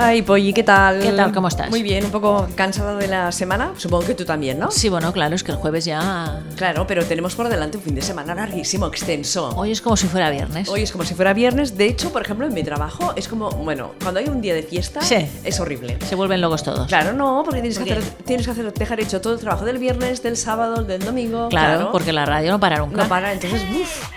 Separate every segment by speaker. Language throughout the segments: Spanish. Speaker 1: Ay, Polly, ¿qué tal?
Speaker 2: ¿Qué tal? ¿Cómo estás?
Speaker 1: Muy bien, un poco cansada de la semana. Supongo que tú también, ¿no?
Speaker 2: Sí, bueno, claro, es que el jueves ya.
Speaker 1: Claro, pero tenemos por delante un fin de semana larguísimo, extenso.
Speaker 2: Hoy es como si fuera viernes.
Speaker 1: Hoy es como si fuera viernes. De hecho, por ejemplo, en mi trabajo es como, bueno, cuando hay un día de fiesta
Speaker 2: Sí.
Speaker 1: es horrible.
Speaker 2: Se vuelven locos todos.
Speaker 1: Claro, no, porque tienes,
Speaker 2: ¿Por
Speaker 1: que
Speaker 2: qué?
Speaker 1: hacer, tienes que hacer, dejar hecho todo el trabajo del viernes, del sábado, del domingo.
Speaker 2: Claro, porque la radio no para nunca.
Speaker 1: no para, entonces, uff.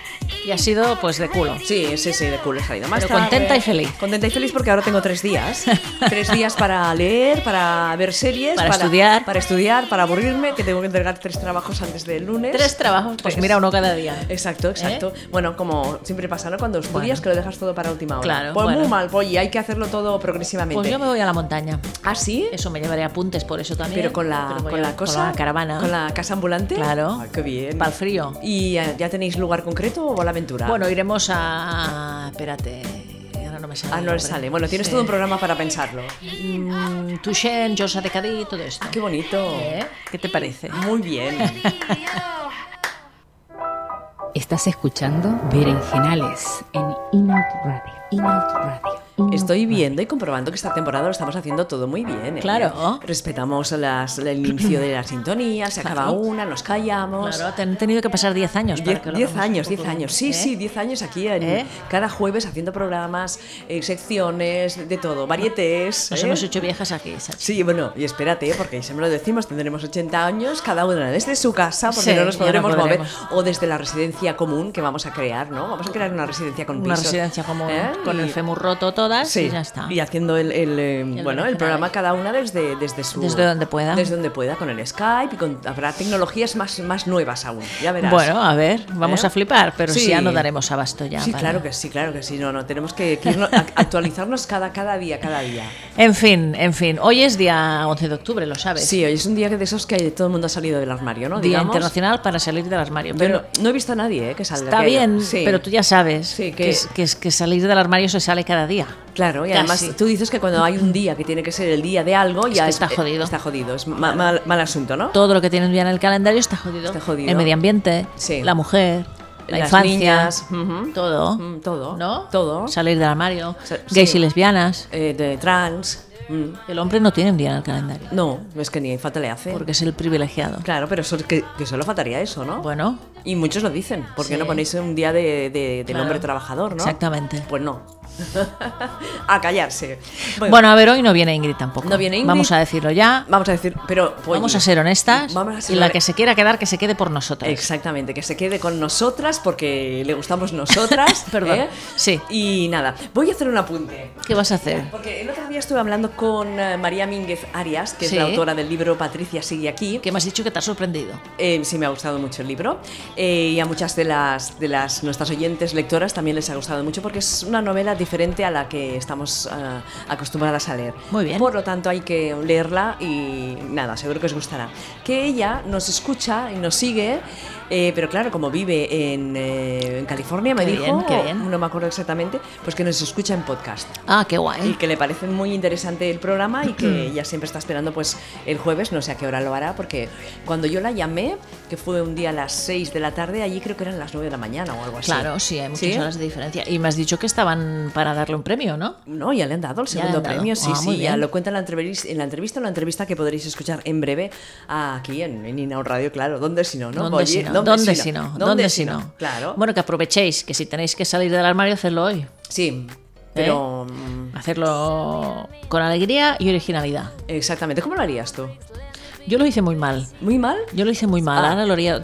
Speaker 2: Y ha sido pues de culo.
Speaker 1: Sí, sí, sí, de culo he salido más
Speaker 2: Pero
Speaker 1: tarde.
Speaker 2: contenta y feliz.
Speaker 1: Contenta y feliz porque ahora tengo tres días. tres días para leer, para ver series,
Speaker 2: Para estudiar.
Speaker 1: Para estudiar, para aburrirme, que tengo que entregar tres trabajos antes del lunes.
Speaker 2: Tres trabajos. Pues
Speaker 1: Tres.
Speaker 2: mira uno cada día.
Speaker 1: Exacto, exacto. Bueno, como siempre pasa, ¿no? Cuando estudias
Speaker 2: Bueno.
Speaker 1: que lo dejas todo para última hora.
Speaker 2: Claro,
Speaker 1: Pues muy
Speaker 2: bueno.
Speaker 1: mal, Polly, hay que hacerlo todo progresivamente.
Speaker 2: Pues yo me voy a la montaña.
Speaker 1: ¿Ah, sí?
Speaker 2: Eso me llevaré apuntes por eso también.
Speaker 1: Pero con la,
Speaker 2: Pero me voy
Speaker 1: con
Speaker 2: a-
Speaker 1: la cosa.
Speaker 2: Con la caravana.
Speaker 1: Con la casa ambulante.
Speaker 2: Claro.
Speaker 1: Ay, qué bien.
Speaker 2: Para el frío.
Speaker 1: ¿Y eh, ya tenéis lugar concreto o la aventura?
Speaker 2: Bueno, iremos a. Espérate. Ahora no me sale.
Speaker 1: Ah, no le sale. Bueno, tienes todo un programa para pensarlo.
Speaker 2: programa. Tuchen, Josa de Cadí, todo esto.
Speaker 1: Ah, Qué bonito.
Speaker 2: ¿Eh? ¿Qué te parece?
Speaker 1: Muy bien.
Speaker 3: Estás escuchando Berenjenales en Inout Radio. Inout Radio. Inout
Speaker 1: Estoy viendo y comprobando que esta temporada lo estamos haciendo todo muy bien. ¿eh?
Speaker 2: Claro.
Speaker 1: Respetamos las- el inicio de la sintonía, se acaba
Speaker 2: Claro.
Speaker 1: una, nos callamos.
Speaker 2: Claro, te han tenido que pasar 10 años. para
Speaker 1: Diez,
Speaker 2: que lo
Speaker 1: diez
Speaker 2: hagamos
Speaker 1: años,
Speaker 2: un
Speaker 1: 10
Speaker 2: poco,
Speaker 1: años. Sí,
Speaker 2: ¿eh?
Speaker 1: sí, 10 años aquí en,
Speaker 2: ¿Eh?
Speaker 1: cada jueves haciendo programas, eh, secciones, de todo, varietés.
Speaker 2: Nos
Speaker 1: ¿eh?
Speaker 2: hemos hecho viejas aquí, Sachi.
Speaker 1: Sí, bueno, y espérate, ¿eh? porque siempre lo decimos, tendremos 80 años, cada una desde su casa, porque
Speaker 2: Sí,
Speaker 1: no nos
Speaker 2: ya no
Speaker 1: podremos mover,
Speaker 2: podremos.
Speaker 1: o desde la residencia común que vamos a crear, ¿no? Vamos a crear una residencia con
Speaker 2: Una
Speaker 1: pisos.
Speaker 2: residencia común
Speaker 1: ¿eh?
Speaker 2: con el
Speaker 1: Y-
Speaker 2: fémur roto todas
Speaker 1: Sí,
Speaker 2: y ya está.
Speaker 1: y haciendo el, el, eh, bueno, el
Speaker 2: original.
Speaker 1: programa cada una desde, desde su...
Speaker 2: Desde donde pueda.
Speaker 1: Desde donde pueda, con el Skype y con, habrá tecnologías más, más nuevas aún, ya verás.
Speaker 2: Bueno, a ver, vamos
Speaker 1: ¿Eh?
Speaker 2: a flipar, pero
Speaker 1: Sí.
Speaker 2: si ya no daremos abasto ya.
Speaker 1: Sí,
Speaker 2: para-
Speaker 1: claro que sí, claro que sí. No, no, tenemos que, que irnos- a- actualizarnos cada, cada día, cada día.
Speaker 2: En fin, en fin. Hoy es día 11 de octubre, lo sabes.
Speaker 1: Sí, hoy es un día que de esos que todo el mundo ha salido del armario, ¿no?
Speaker 2: Día
Speaker 1: Digamos.
Speaker 2: Internacional para salir del armario.
Speaker 1: Yo
Speaker 2: Pero
Speaker 1: no, no he visto a nadie eh, que salga.
Speaker 2: está
Speaker 1: que haya-
Speaker 2: bien,
Speaker 1: Sí.
Speaker 2: pero tú ya sabes
Speaker 1: Sí,
Speaker 2: que,
Speaker 1: que-
Speaker 2: es- que es que salir del armario se sale cada día.
Speaker 1: Claro, y
Speaker 2: Casi.
Speaker 1: además tú dices que cuando hay un día que tiene que ser el día de algo, ya
Speaker 2: que
Speaker 1: es-
Speaker 2: está
Speaker 1: eh,
Speaker 2: jodido.
Speaker 1: Está jodido, es ma- mal, mal asunto, ¿no?
Speaker 2: Todo lo que tienes ya en el calendario está jodido.
Speaker 1: Está jodido.
Speaker 2: El medio ambiente,
Speaker 1: Sí.
Speaker 2: la mujer, la
Speaker 1: Las
Speaker 2: infancia,
Speaker 1: niñas, ujú.
Speaker 2: todo.
Speaker 1: Mm, todo.
Speaker 2: ¿No?
Speaker 1: Todo.
Speaker 2: Salir del armario,
Speaker 1: Sa-
Speaker 2: gays
Speaker 1: sí.
Speaker 2: y lesbianas.
Speaker 1: Eh, de trans. mm.
Speaker 2: El hombre no tiene un día en el calendario.
Speaker 1: No, es que ni falta le hace.
Speaker 2: Porque es el privilegiado.
Speaker 1: Claro, pero eso- que, que solo faltaría eso, ¿no?
Speaker 2: Bueno,
Speaker 1: Y muchos lo dicen, ¿por qué
Speaker 2: Sí.
Speaker 1: no ponéis un día de, de- del
Speaker 2: Claro.
Speaker 1: hombre trabajador, no?
Speaker 2: exactamente.
Speaker 1: Pues no. a callarse.
Speaker 2: Bueno, a ver, hoy no viene Ingrid tampoco.
Speaker 1: No viene Ingrid.
Speaker 2: Vamos a decirlo ya.
Speaker 1: Vamos a decir, pero. Polly,
Speaker 2: vamos a ser honestas.
Speaker 1: vamos a ser
Speaker 2: y la
Speaker 1: hone-
Speaker 2: que se quiera quedar, que se quede por nosotras.
Speaker 1: Exactamente, que se quede con nosotras porque le gustamos nosotras.
Speaker 2: Perdón,
Speaker 1: ¿eh?
Speaker 2: sí.
Speaker 1: Y nada, voy a hacer un apunte.
Speaker 2: ¿Qué vas a hacer?
Speaker 1: Porque el otro día estuve hablando con eh, María Mínguez Arias, que
Speaker 2: Sí.
Speaker 1: es la autora del libro Patricia sigue aquí.
Speaker 2: Que me has dicho que te has sorprendido.
Speaker 1: Eh, sí, me ha gustado mucho el libro Eh, y a muchas de las de las nuestras oyentes lectoras también les ha gustado mucho porque es una novela diferente a la que estamos ah, acostumbradas a leer.
Speaker 2: Muy bien.
Speaker 1: Por lo tanto, hay que leerla y nada, seguro que os gustará. Que ella nos escucha y nos sigue, eh, pero claro, como vive en, eh, en California, me
Speaker 2: Qué
Speaker 1: dijo,
Speaker 2: bien, qué bien.
Speaker 1: no me acuerdo exactamente, pues que nos escucha en podcast
Speaker 2: Ah, qué
Speaker 1: y
Speaker 2: guay.
Speaker 1: que le parece muy interesante el programa y que
Speaker 2: Mm.
Speaker 1: ella siempre está esperando pues el jueves, no sé a qué hora lo hará, porque cuando yo la llamé, que fue un día a las 6 de la tarde, allí creo que eran las 9 de la mañana o algo así.
Speaker 2: Claro, sí, hay muchas
Speaker 1: ¿Sí?
Speaker 2: horas de diferencia. Y me has dicho que estaban para darle un premio, ¿no?
Speaker 1: No, ya le han dado el
Speaker 2: Ya le
Speaker 1: segundo
Speaker 2: han dado.
Speaker 1: premio, sí,
Speaker 2: Ah,
Speaker 1: sí,
Speaker 2: muy
Speaker 1: ya
Speaker 2: bien.
Speaker 1: lo cuenta en la, entrevista, en la entrevista, en la entrevista que podréis escuchar en breve aquí en, en Inaud Radio, claro, ¿dónde si no? no?
Speaker 2: ¿Dónde
Speaker 1: Oye,
Speaker 2: si no? ¿Dónde si no? ¿Dónde si no?
Speaker 1: Claro,
Speaker 2: Bueno, que aprovechéis, que si tenéis que salir del armario, hacedlo hoy.
Speaker 1: sí,
Speaker 2: ¿eh?
Speaker 1: pero... mm,
Speaker 2: Hacerlo con alegría y originalidad.
Speaker 1: Exactamente, ¿cómo lo harías tú?
Speaker 2: Yo lo hice muy mal.
Speaker 1: ¿Muy mal?
Speaker 2: Yo lo hice muy mal,
Speaker 1: Ah.
Speaker 2: ahora lo haría.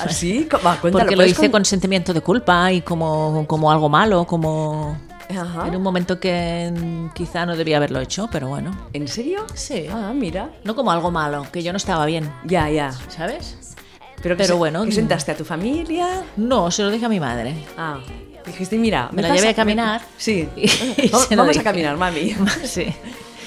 Speaker 1: ¿Así? Va, cuéntalo. pues,
Speaker 2: Porque lo
Speaker 1: ¿puedes
Speaker 2: hice con sentimiento de culpa y como, como algo malo, como
Speaker 1: Ajá.
Speaker 2: en un momento que mm, quizá no debía haberlo hecho, pero bueno.
Speaker 1: ¿En serio?
Speaker 2: Sí.
Speaker 1: Ah, mira.
Speaker 2: No como algo malo, que yo no estaba bien,
Speaker 1: Ya, ya.
Speaker 2: ¿sabes?
Speaker 1: Pero, se-
Speaker 2: Pero bueno, mm.
Speaker 1: sentaste a tu familia.
Speaker 2: No, se lo dije a mi madre.
Speaker 1: Ah, dijiste, mira.
Speaker 2: Me la
Speaker 1: vas
Speaker 2: llevé a caminar.
Speaker 1: Sí.
Speaker 2: Y
Speaker 1: vamos
Speaker 2: se lo
Speaker 1: vamos a
Speaker 2: dije.
Speaker 1: caminar, mami.
Speaker 2: Sí.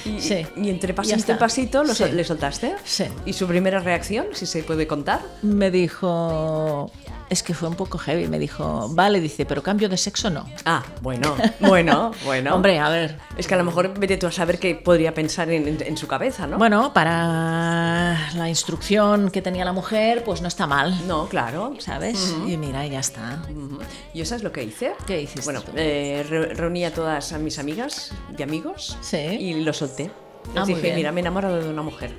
Speaker 1: Y,
Speaker 2: Sí.
Speaker 1: y entre
Speaker 2: Ya
Speaker 1: pasito
Speaker 2: está.
Speaker 1: y pasito lo sol-
Speaker 2: Sí.
Speaker 1: le soltaste.
Speaker 2: Sí.
Speaker 1: ¿Y su primera reacción, si se puede contar?
Speaker 2: Me dijo, es que fue un poco heavy. Me dijo, vale, dice, pero cambio de sexo no.
Speaker 1: Ah, bueno, bueno, bueno.
Speaker 2: Hombre, a ver.
Speaker 1: Es que a lo mejor vete tú a saber qué podría pensar en, en- en su cabeza, ¿no?
Speaker 2: Bueno, para la instrucción que tenía la mujer, pues no está mal,
Speaker 1: No, claro.
Speaker 2: ¿sabes? Y mira, ya está.
Speaker 1: Ujú. ¿Y eso es lo que hice?
Speaker 2: ¿Qué hiciste
Speaker 1: Bueno,
Speaker 2: tú?
Speaker 1: eh, re- reuní a todas a mis amigas y amigos
Speaker 2: Sí.
Speaker 1: y los solté. Les
Speaker 2: Ah, muy
Speaker 1: dije,
Speaker 2: bien.
Speaker 1: mira, me he enamorado de una mujer.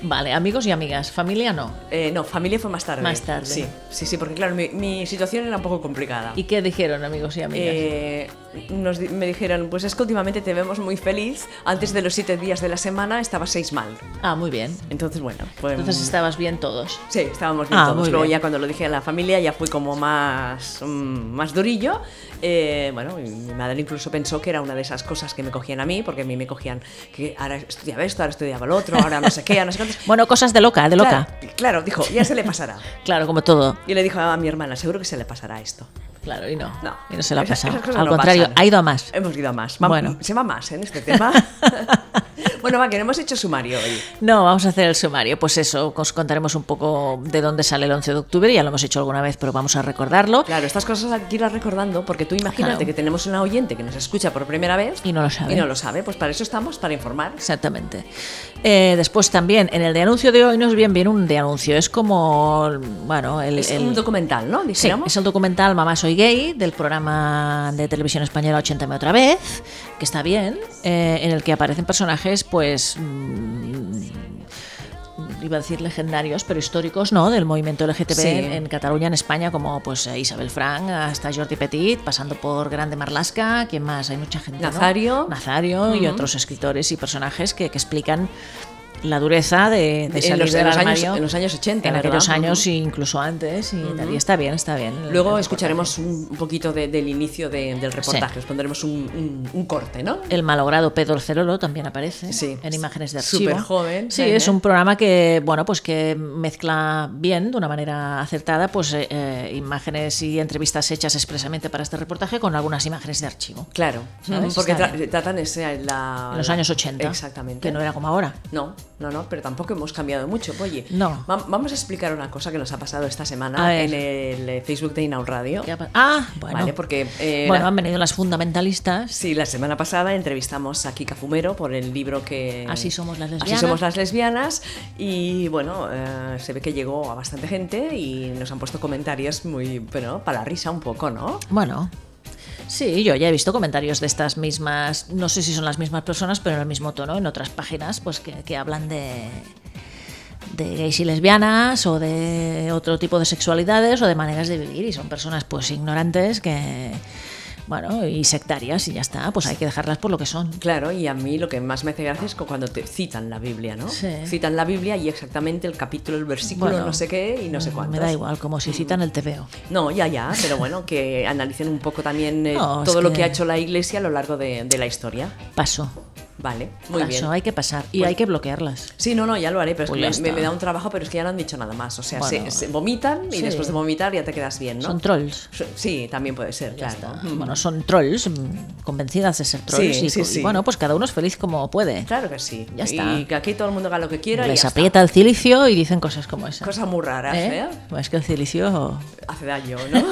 Speaker 2: Vale, amigos y amigas, familia no.
Speaker 1: Eh, no, familia fue más tarde.
Speaker 2: Más tarde.
Speaker 1: Sí, sí, sí, porque claro, mi, mi situación era un poco complicada.
Speaker 2: ¿Y qué dijeron amigos y amigas?
Speaker 1: Eh, nos di- me dijeron, pues es que últimamente te vemos muy feliz. Antes de los siete días de la semana estabas seis mal.
Speaker 2: ah, muy bien.
Speaker 1: Entonces, bueno, pues...
Speaker 2: Entonces estabas bien todos.
Speaker 1: Sí, estábamos bien
Speaker 2: Ah,
Speaker 1: todos.
Speaker 2: muy
Speaker 1: Luego
Speaker 2: bien.
Speaker 1: ya cuando lo dije a la familia ya fui como más, mm, más durillo. Eh, bueno, y mi madre incluso pensó que era una de esas cosas que me cogían a mí, porque a mí me cogían que ahora estudiaba esto, ahora estudiaba lo otro, ahora no sé qué, ahora no sé cuántos.
Speaker 2: Bueno, cosas de loca, de loca. Claro,
Speaker 1: Claro, claro, dijo, ya se le pasará.
Speaker 2: como todo.
Speaker 1: Y le dijo a mi hermana, seguro que se le pasará esto.
Speaker 2: Claro, y no.
Speaker 1: No,
Speaker 2: Y no se la ha
Speaker 1: esas- esas
Speaker 2: pasado.
Speaker 1: cosas
Speaker 2: Al
Speaker 1: no
Speaker 2: contrario,
Speaker 1: pasan.
Speaker 2: ha ido a más.
Speaker 1: Hemos ido a más. Va-
Speaker 2: Bueno.
Speaker 1: Se va más en este tema. bueno, va, que no hemos hecho sumario hoy.
Speaker 2: No, vamos a hacer el sumario. Pues eso, os contaremos un poco de dónde sale el 11 de octubre. Ya lo hemos hecho alguna vez, pero vamos a recordarlo.
Speaker 1: Claro, estas cosas hay que irlas recordando porque tú imagínate
Speaker 2: Claro.
Speaker 1: que tenemos una oyente que nos escucha por primera vez
Speaker 2: Y no lo sabe.
Speaker 1: Y no lo sabe, pues para eso estamos, para informar.
Speaker 2: Exactamente. Eh, después también, en el de anuncio de hoy no es bien bien un de anuncio, es como, bueno, el...
Speaker 1: Es
Speaker 2: el-
Speaker 1: un documental, ¿no?
Speaker 2: Sí,
Speaker 1: Dijéramos.
Speaker 2: es el documental Mamá Soy Gay del programa de televisión española 80 otra vez, que está bien, eh, en el que aparecen personajes, pues, mm, iba a decir legendarios, pero históricos, ¿no? Del movimiento LGTB
Speaker 1: Sí.
Speaker 2: en, en Cataluña, en España, como pues eh, Isabel Frank, hasta Jordi Petit, pasando por Grande Marlaska, ¿quién más? Hay mucha gente. ¿no?
Speaker 1: Nazario.
Speaker 2: Nazario y otros escritores y personajes que, que explican la dureza de, de
Speaker 1: En
Speaker 2: salir
Speaker 1: los- en
Speaker 2: del
Speaker 1: los años-
Speaker 2: armario.
Speaker 1: en los años 80,
Speaker 2: En
Speaker 1: ¿verdad?
Speaker 2: aquellos años
Speaker 1: Ujú.
Speaker 2: e incluso antes. Y, tal, y está bien, está bien. el-
Speaker 1: Luego
Speaker 2: el
Speaker 1: escucharemos un poquito de- del inicio de- del reportaje,
Speaker 2: Sí.
Speaker 1: os pondremos un, un- un corte, ¿no?
Speaker 2: El malogrado Pedro Cerolo también aparece
Speaker 1: Sí.
Speaker 2: en imágenes de archivo.
Speaker 1: Súper joven,
Speaker 2: Sí,
Speaker 1: Jaime.
Speaker 2: es un programa que, bueno, pues que mezcla bien, de una manera acertada, pues eh, eh, imágenes y entrevistas hechas expresamente para este reportaje con algunas imágenes de archivo.
Speaker 1: Claro,
Speaker 2: ¿Sabes?
Speaker 1: porque
Speaker 2: Mm, Está
Speaker 1: tra-
Speaker 2: bien.
Speaker 1: tratan ese, la,
Speaker 2: En los años 80.
Speaker 1: Exactamente.
Speaker 2: Que no era como ahora.
Speaker 1: No, no, no, pero tampoco hemos cambiado mucho. Oye,
Speaker 2: No.
Speaker 1: va- vamos a explicar una cosa que nos ha pasado esta
Speaker 2: A
Speaker 1: semana
Speaker 2: ver.
Speaker 1: en el eh, Facebook de Inaud Radio.
Speaker 2: ¿Qué ha pa- Ah, bueno.
Speaker 1: Vale, porque eh,
Speaker 2: Bueno,
Speaker 1: la-
Speaker 2: han venido las fundamentalistas.
Speaker 1: Sí, la semana pasada entrevistamos a Kika Fumero por el libro que...
Speaker 2: Así somos las
Speaker 1: Así
Speaker 2: lesbianas.
Speaker 1: somos las lesbianas. Y bueno, eh, se ve que llegó a bastante gente y nos han puesto comentarios muy, bueno, para la risa un poco, ¿no?
Speaker 2: Bueno. Sí, yo ya he visto comentarios de estas mismas, no sé si son las mismas personas, pero en el mismo tono, en otras páginas, pues que, que hablan de, de gays y lesbianas o de otro tipo de sexualidades o de maneras de vivir y son personas pues ignorantes que, bueno, y sectarias y ya está, pues hay que dejarlas por lo que son.
Speaker 1: Claro, y a mí lo que más me hace gracia es cu- cuando te citan la Biblia, ¿no?
Speaker 2: Sí.
Speaker 1: Citan la Biblia y exactamente el capítulo, el versículo,
Speaker 2: Bueno, Mm,
Speaker 1: no sé qué y no sé cuántos.
Speaker 2: Me da igual, como si citan el TVO.
Speaker 1: No, ya, ya, pero bueno, que analicen un poco también eh,
Speaker 2: No, es
Speaker 1: todo lo
Speaker 2: que-
Speaker 1: que ha hecho la Iglesia a lo largo de, de la historia.
Speaker 2: Paso,
Speaker 1: Vale, muy
Speaker 2: paso,
Speaker 1: bien.
Speaker 2: hay que pasar y
Speaker 1: Pues-
Speaker 2: hay que bloquearlas.
Speaker 1: Sí, no, no, ya lo haré, pero es
Speaker 2: Pues
Speaker 1: que
Speaker 2: ya
Speaker 1: me-
Speaker 2: está.
Speaker 1: me, me da un trabajo, pero es que ya no han dicho nada más. O sea,
Speaker 2: Bueno.
Speaker 1: se, se vomitan y
Speaker 2: Sí.
Speaker 1: después de vomitar ya te quedas bien, ¿no?
Speaker 2: Son trolls.
Speaker 1: So- Sí, también puede ser,
Speaker 2: Ya
Speaker 1: claro.
Speaker 2: está.
Speaker 1: Mm.
Speaker 2: Bueno, son trolls, mm, convencidas de ser trolls.
Speaker 1: Sí,
Speaker 2: y,
Speaker 1: sí,
Speaker 2: y
Speaker 1: sí.
Speaker 2: bueno, pues cada uno es feliz como puede.
Speaker 1: Claro que sí.
Speaker 2: Ya está.
Speaker 1: Y que aquí todo el mundo haga lo que quiera y
Speaker 2: Les
Speaker 1: ya
Speaker 2: aprieta el cilicio y dicen cosas como
Speaker 1: está.
Speaker 2: esa.
Speaker 1: Cosas muy raras, ¿eh?
Speaker 2: ¿Eh? Es que el cilicio.
Speaker 1: Hace daño, ¿no?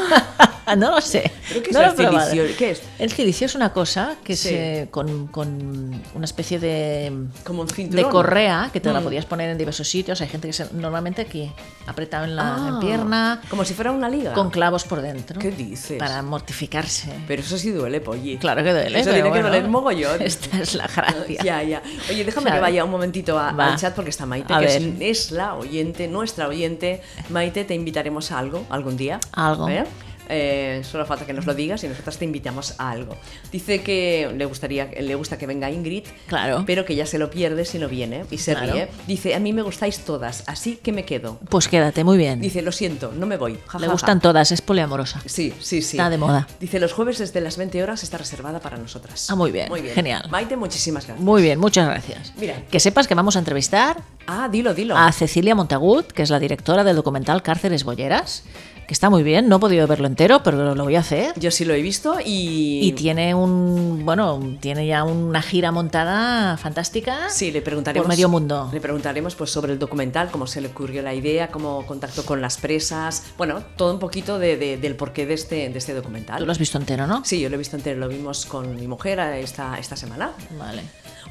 Speaker 2: no lo sé.
Speaker 1: ¿Pero qué es
Speaker 2: no lo
Speaker 1: el
Speaker 2: he probado.
Speaker 1: cilicio? ¿Qué es?
Speaker 2: El cilicio es una cosa que
Speaker 1: Sí.
Speaker 2: se. Con, con una especie de.
Speaker 1: Como un cinturón. Mm.
Speaker 2: De correa que te la podías poner en diversos sitios. Hay gente que se, normalmente aquí, apretado en la
Speaker 1: Ah,
Speaker 2: en pierna,
Speaker 1: Como si fuera una liga.
Speaker 2: con clavos por dentro.
Speaker 1: ¿Qué dices?
Speaker 2: Para mortificarse.
Speaker 1: Pero eso sí duele, polli.
Speaker 2: Claro que duele.
Speaker 1: Eso
Speaker 2: pero
Speaker 1: tiene
Speaker 2: bueno,
Speaker 1: que doler mogollón.
Speaker 2: Esta es la gracia.
Speaker 1: Ya, ya. Oye, déjame
Speaker 2: Claro.
Speaker 1: que vaya un momentito a-
Speaker 2: Va.
Speaker 1: al chat porque está Maite,
Speaker 2: A
Speaker 1: que es,
Speaker 2: ver.
Speaker 1: es la oyente, nuestra oyente. Maite, te invitaremos a algo algún día.
Speaker 2: A algo.
Speaker 1: ¿Eh? Eh, solo falta que nos lo digas y nosotras te invitamos a algo. Dice que le gustaría, le gusta que venga Ingrid,
Speaker 2: Claro.
Speaker 1: pero que ya se lo pierde si no viene y se
Speaker 2: Claro.
Speaker 1: ríe. Dice a mí me gustáis todas, así que me quedo.
Speaker 2: Pues quédate, muy bien.
Speaker 1: Dice lo siento, no me voy. Ja, ja,
Speaker 2: Le
Speaker 1: ja".
Speaker 2: gustan todas, es poliamorosa.
Speaker 1: Sí, sí, sí.
Speaker 2: Está de moda.
Speaker 1: Dice los jueves desde las 20 horas está reservada para nosotras.
Speaker 2: Ah, muy bien, genial.
Speaker 1: Maite, muchísimas gracias.
Speaker 2: Muy bien, muchas gracias.
Speaker 1: Mira.
Speaker 2: Que sepas que vamos a entrevistar
Speaker 1: Ah, dilo, dilo.
Speaker 2: a Cecilia Montagut, que es la directora del documental Cárceles Bolleras, que está muy bien, no he podido verlo entero, pero lo voy a hacer.
Speaker 1: Yo sí lo he visto y...
Speaker 2: Y tiene un, bueno, tiene ya una gira montada fantástica.
Speaker 1: Sí, le preguntaremos.
Speaker 2: Por medio mundo.
Speaker 1: Le preguntaremos pues, sobre el documental, cómo se le ocurrió la idea, cómo contactó con las presas. Bueno, todo un poquito de, de- del porqué de este, de este documental.
Speaker 2: Tú lo has visto entero, ¿no?
Speaker 1: Sí, yo lo he visto entero, lo vimos con mi mujer eh, esta, esta semana.
Speaker 2: Vale.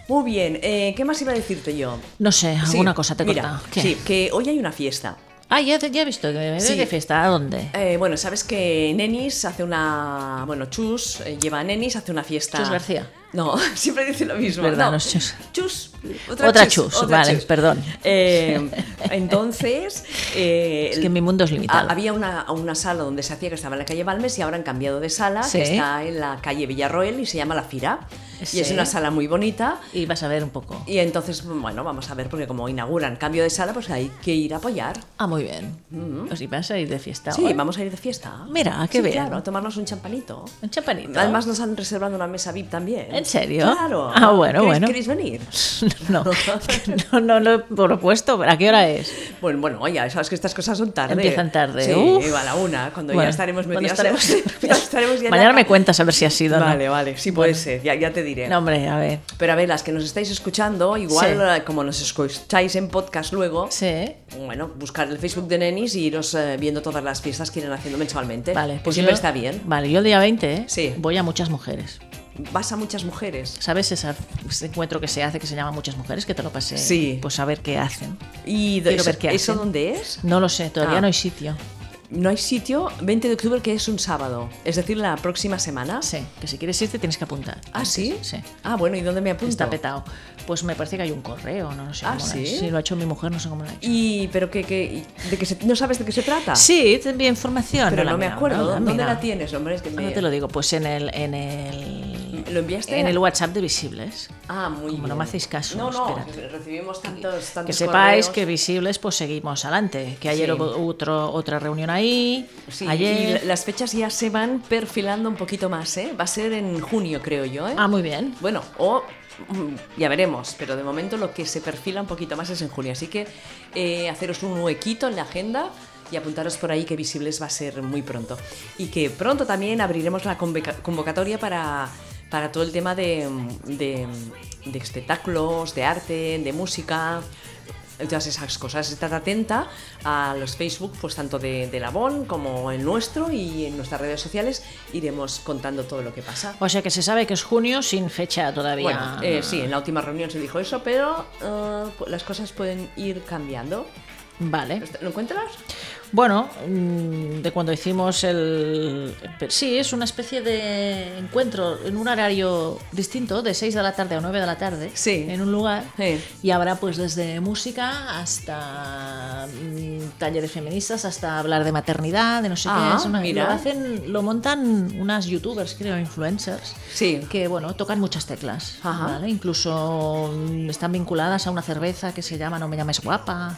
Speaker 1: Muy bien, eh, ¿qué más iba a decirte yo?
Speaker 2: No sé,
Speaker 1: Sí,
Speaker 2: alguna Ah, cosa te he
Speaker 1: mira,
Speaker 2: cortado.
Speaker 1: Sí, que hoy hay una fiesta.
Speaker 2: Ah, ya, te- ya he visto que me
Speaker 1: Sí.
Speaker 2: de fiesta. ¿A dónde?
Speaker 1: Eh, bueno, sabes que Nenis hace una. Bueno, Chus eh, lleva a Nenis, hace una fiesta.
Speaker 2: Chus García.
Speaker 1: No, siempre dice lo mismo.
Speaker 2: Verdad,
Speaker 1: no.
Speaker 2: no es Chus.
Speaker 1: Chus.
Speaker 2: Otra Chus, vale, perdón.
Speaker 1: Eh, entonces. eh,
Speaker 2: Es que mi mundo es limitado.
Speaker 1: ha- Había una, una sala donde se hacía que estaba en la calle Balmes y ahora han cambiado de sala,
Speaker 2: Sí.
Speaker 1: que está en la calle Villarroel y se llama La Fira. Y es
Speaker 2: Sí.
Speaker 1: una sala muy bonita.
Speaker 2: Y vas a ver un poco.
Speaker 1: Y entonces, bueno, vamos a ver, porque como inauguran cambio de sala, pues hay que ir a apoyar.
Speaker 2: Ah, muy bien. Os ibas a ir de fiesta.
Speaker 1: Sí,
Speaker 2: hoy.
Speaker 1: vamos a ir de fiesta.
Speaker 2: Mira, qué
Speaker 1: Sí,
Speaker 2: bien.
Speaker 1: Claro, a tomarnos un champanito.
Speaker 2: Un champanito.
Speaker 1: Además nos han reservado una mesa VIP también.
Speaker 2: ¿En serio?
Speaker 1: Claro.
Speaker 2: Ah, bueno,
Speaker 1: ¿Queréis-
Speaker 2: bueno.
Speaker 1: ¿Queréis venir?
Speaker 2: no, no, no lo he propuesto. ¿A qué hora es?
Speaker 1: Bueno, bueno, oye, sabes que estas cosas son tarde.
Speaker 2: Empiezan tarde,
Speaker 1: Sí,
Speaker 2: uf.
Speaker 1: a la una, cuando ya
Speaker 2: Bueno,
Speaker 1: estaremos
Speaker 2: cuando
Speaker 1: metidas.
Speaker 2: estaremos-
Speaker 1: ya estaremos ya en la
Speaker 2: Mañana me
Speaker 1: cama.
Speaker 2: cuentas a ver si ha sido. ¿no?
Speaker 1: Vale, vale, sí puede ser, ya, ya te diré.
Speaker 2: No, hombre, a ver.
Speaker 1: Pero a ver, las que nos estáis escuchando, igual
Speaker 2: Sí.
Speaker 1: eh, como nos escucháis en podcast luego,
Speaker 2: Sí.
Speaker 1: bueno, buscar el Facebook de Nenis y iros eh, viendo todas las fiestas que irán haciendo mensualmente.
Speaker 2: Vale,
Speaker 1: que
Speaker 2: pues
Speaker 1: siempre
Speaker 2: yo-
Speaker 1: está bien.
Speaker 2: Vale, yo el día 20 ¿eh?
Speaker 1: Sí.
Speaker 2: voy a muchas mujeres.
Speaker 1: Vas a muchas mujeres.
Speaker 2: ¿Sabes esa- ese encuentro que se hace que se llama Muchas Mujeres? Que te lo pasé.
Speaker 1: Sí.
Speaker 2: Pues a ver qué hacen.
Speaker 1: ¿Y
Speaker 2: Quiero
Speaker 1: eso,
Speaker 2: ver qué
Speaker 1: ¿eso
Speaker 2: hacen.
Speaker 1: dónde es?
Speaker 2: No lo sé, todavía
Speaker 1: Ah.
Speaker 2: no hay sitio.
Speaker 1: No hay sitio, 20 de octubre que es un sábado, es decir, la próxima semana.
Speaker 2: Sí, que si quieres irte tienes que apuntar.
Speaker 1: Ah, sí.
Speaker 2: Sí.
Speaker 1: Ah, bueno, ¿y dónde me apunto?
Speaker 2: Está petado. Pues me parece que hay un correo, no, no sé
Speaker 1: Ah,
Speaker 2: cómo lo
Speaker 1: ¿sí?
Speaker 2: es. Sí, lo ha hecho mi mujer, no sé cómo lo ha hecho.
Speaker 1: ¿Y pero qué, qué- de qué se- no sabes de qué se trata?
Speaker 2: Sí, te envié información.
Speaker 1: pero
Speaker 2: la
Speaker 1: no, me
Speaker 2: mira,
Speaker 1: acuerdo.
Speaker 2: no
Speaker 1: ¿Dónde
Speaker 2: mira.
Speaker 1: la tienes, hombre? Es que me-
Speaker 2: No te lo digo, pues en el. En el
Speaker 1: ¿Lo enviaste?
Speaker 2: En el WhatsApp de Visibles.
Speaker 1: Ah, muy
Speaker 2: Como
Speaker 1: bien.
Speaker 2: no me hacéis caso,
Speaker 1: No, no,
Speaker 2: espérate.
Speaker 1: recibimos tantos, tantos
Speaker 2: Que sepáis
Speaker 1: correos.
Speaker 2: que Visibles, pues seguimos adelante. Que ayer
Speaker 1: Sí.
Speaker 2: hubo otro, otra reunión ahí.
Speaker 1: Sí,
Speaker 2: ayer.
Speaker 1: y las fechas ya se van perfilando un poquito más, ¿eh? Va a ser en junio, creo yo, ¿eh?
Speaker 2: Ah, muy bien.
Speaker 1: Bueno, o mm, ya veremos, pero de momento lo que se perfila un poquito más es en junio, así que eh, haceros un huequito en la agenda y apuntaros por ahí que Visibles va a ser muy pronto. Y que pronto también abriremos la convoca- convocatoria para, para todo el tema de, de- de espectáculos, de arte, de música. Todas esas cosas. Estad atenta a los Facebook, pues tanto de, de Labón como el nuestro y en nuestras redes sociales iremos contando todo lo que pasa.
Speaker 2: O sea que se sabe que es junio sin fecha todavía.
Speaker 1: Bueno, eh, sí, en la última reunión se dijo eso, pero eh, pu- las cosas pueden ir cambiando.
Speaker 2: Vale.
Speaker 1: ¿Lo encuentras?
Speaker 2: Bueno, mm, de cuando hicimos el... pero Sí, es una especie de encuentro en un horario distinto, de 6 de la tarde a 9 de la tarde,
Speaker 1: Sí.
Speaker 2: en un lugar.
Speaker 1: Sí.
Speaker 2: Y habrá pues desde música hasta mm, talleres feministas, hasta hablar de maternidad, de no sé
Speaker 1: Ah,
Speaker 2: qué. Es una-
Speaker 1: mira.
Speaker 2: Lo, hacen, lo montan unas youtubers, creo, influencers
Speaker 1: Sí.
Speaker 2: que bueno, tocan muchas teclas,
Speaker 1: Ajá.
Speaker 2: ¿vale? Incluso mm, están vinculadas a una cerveza que se llama No me llames guapa,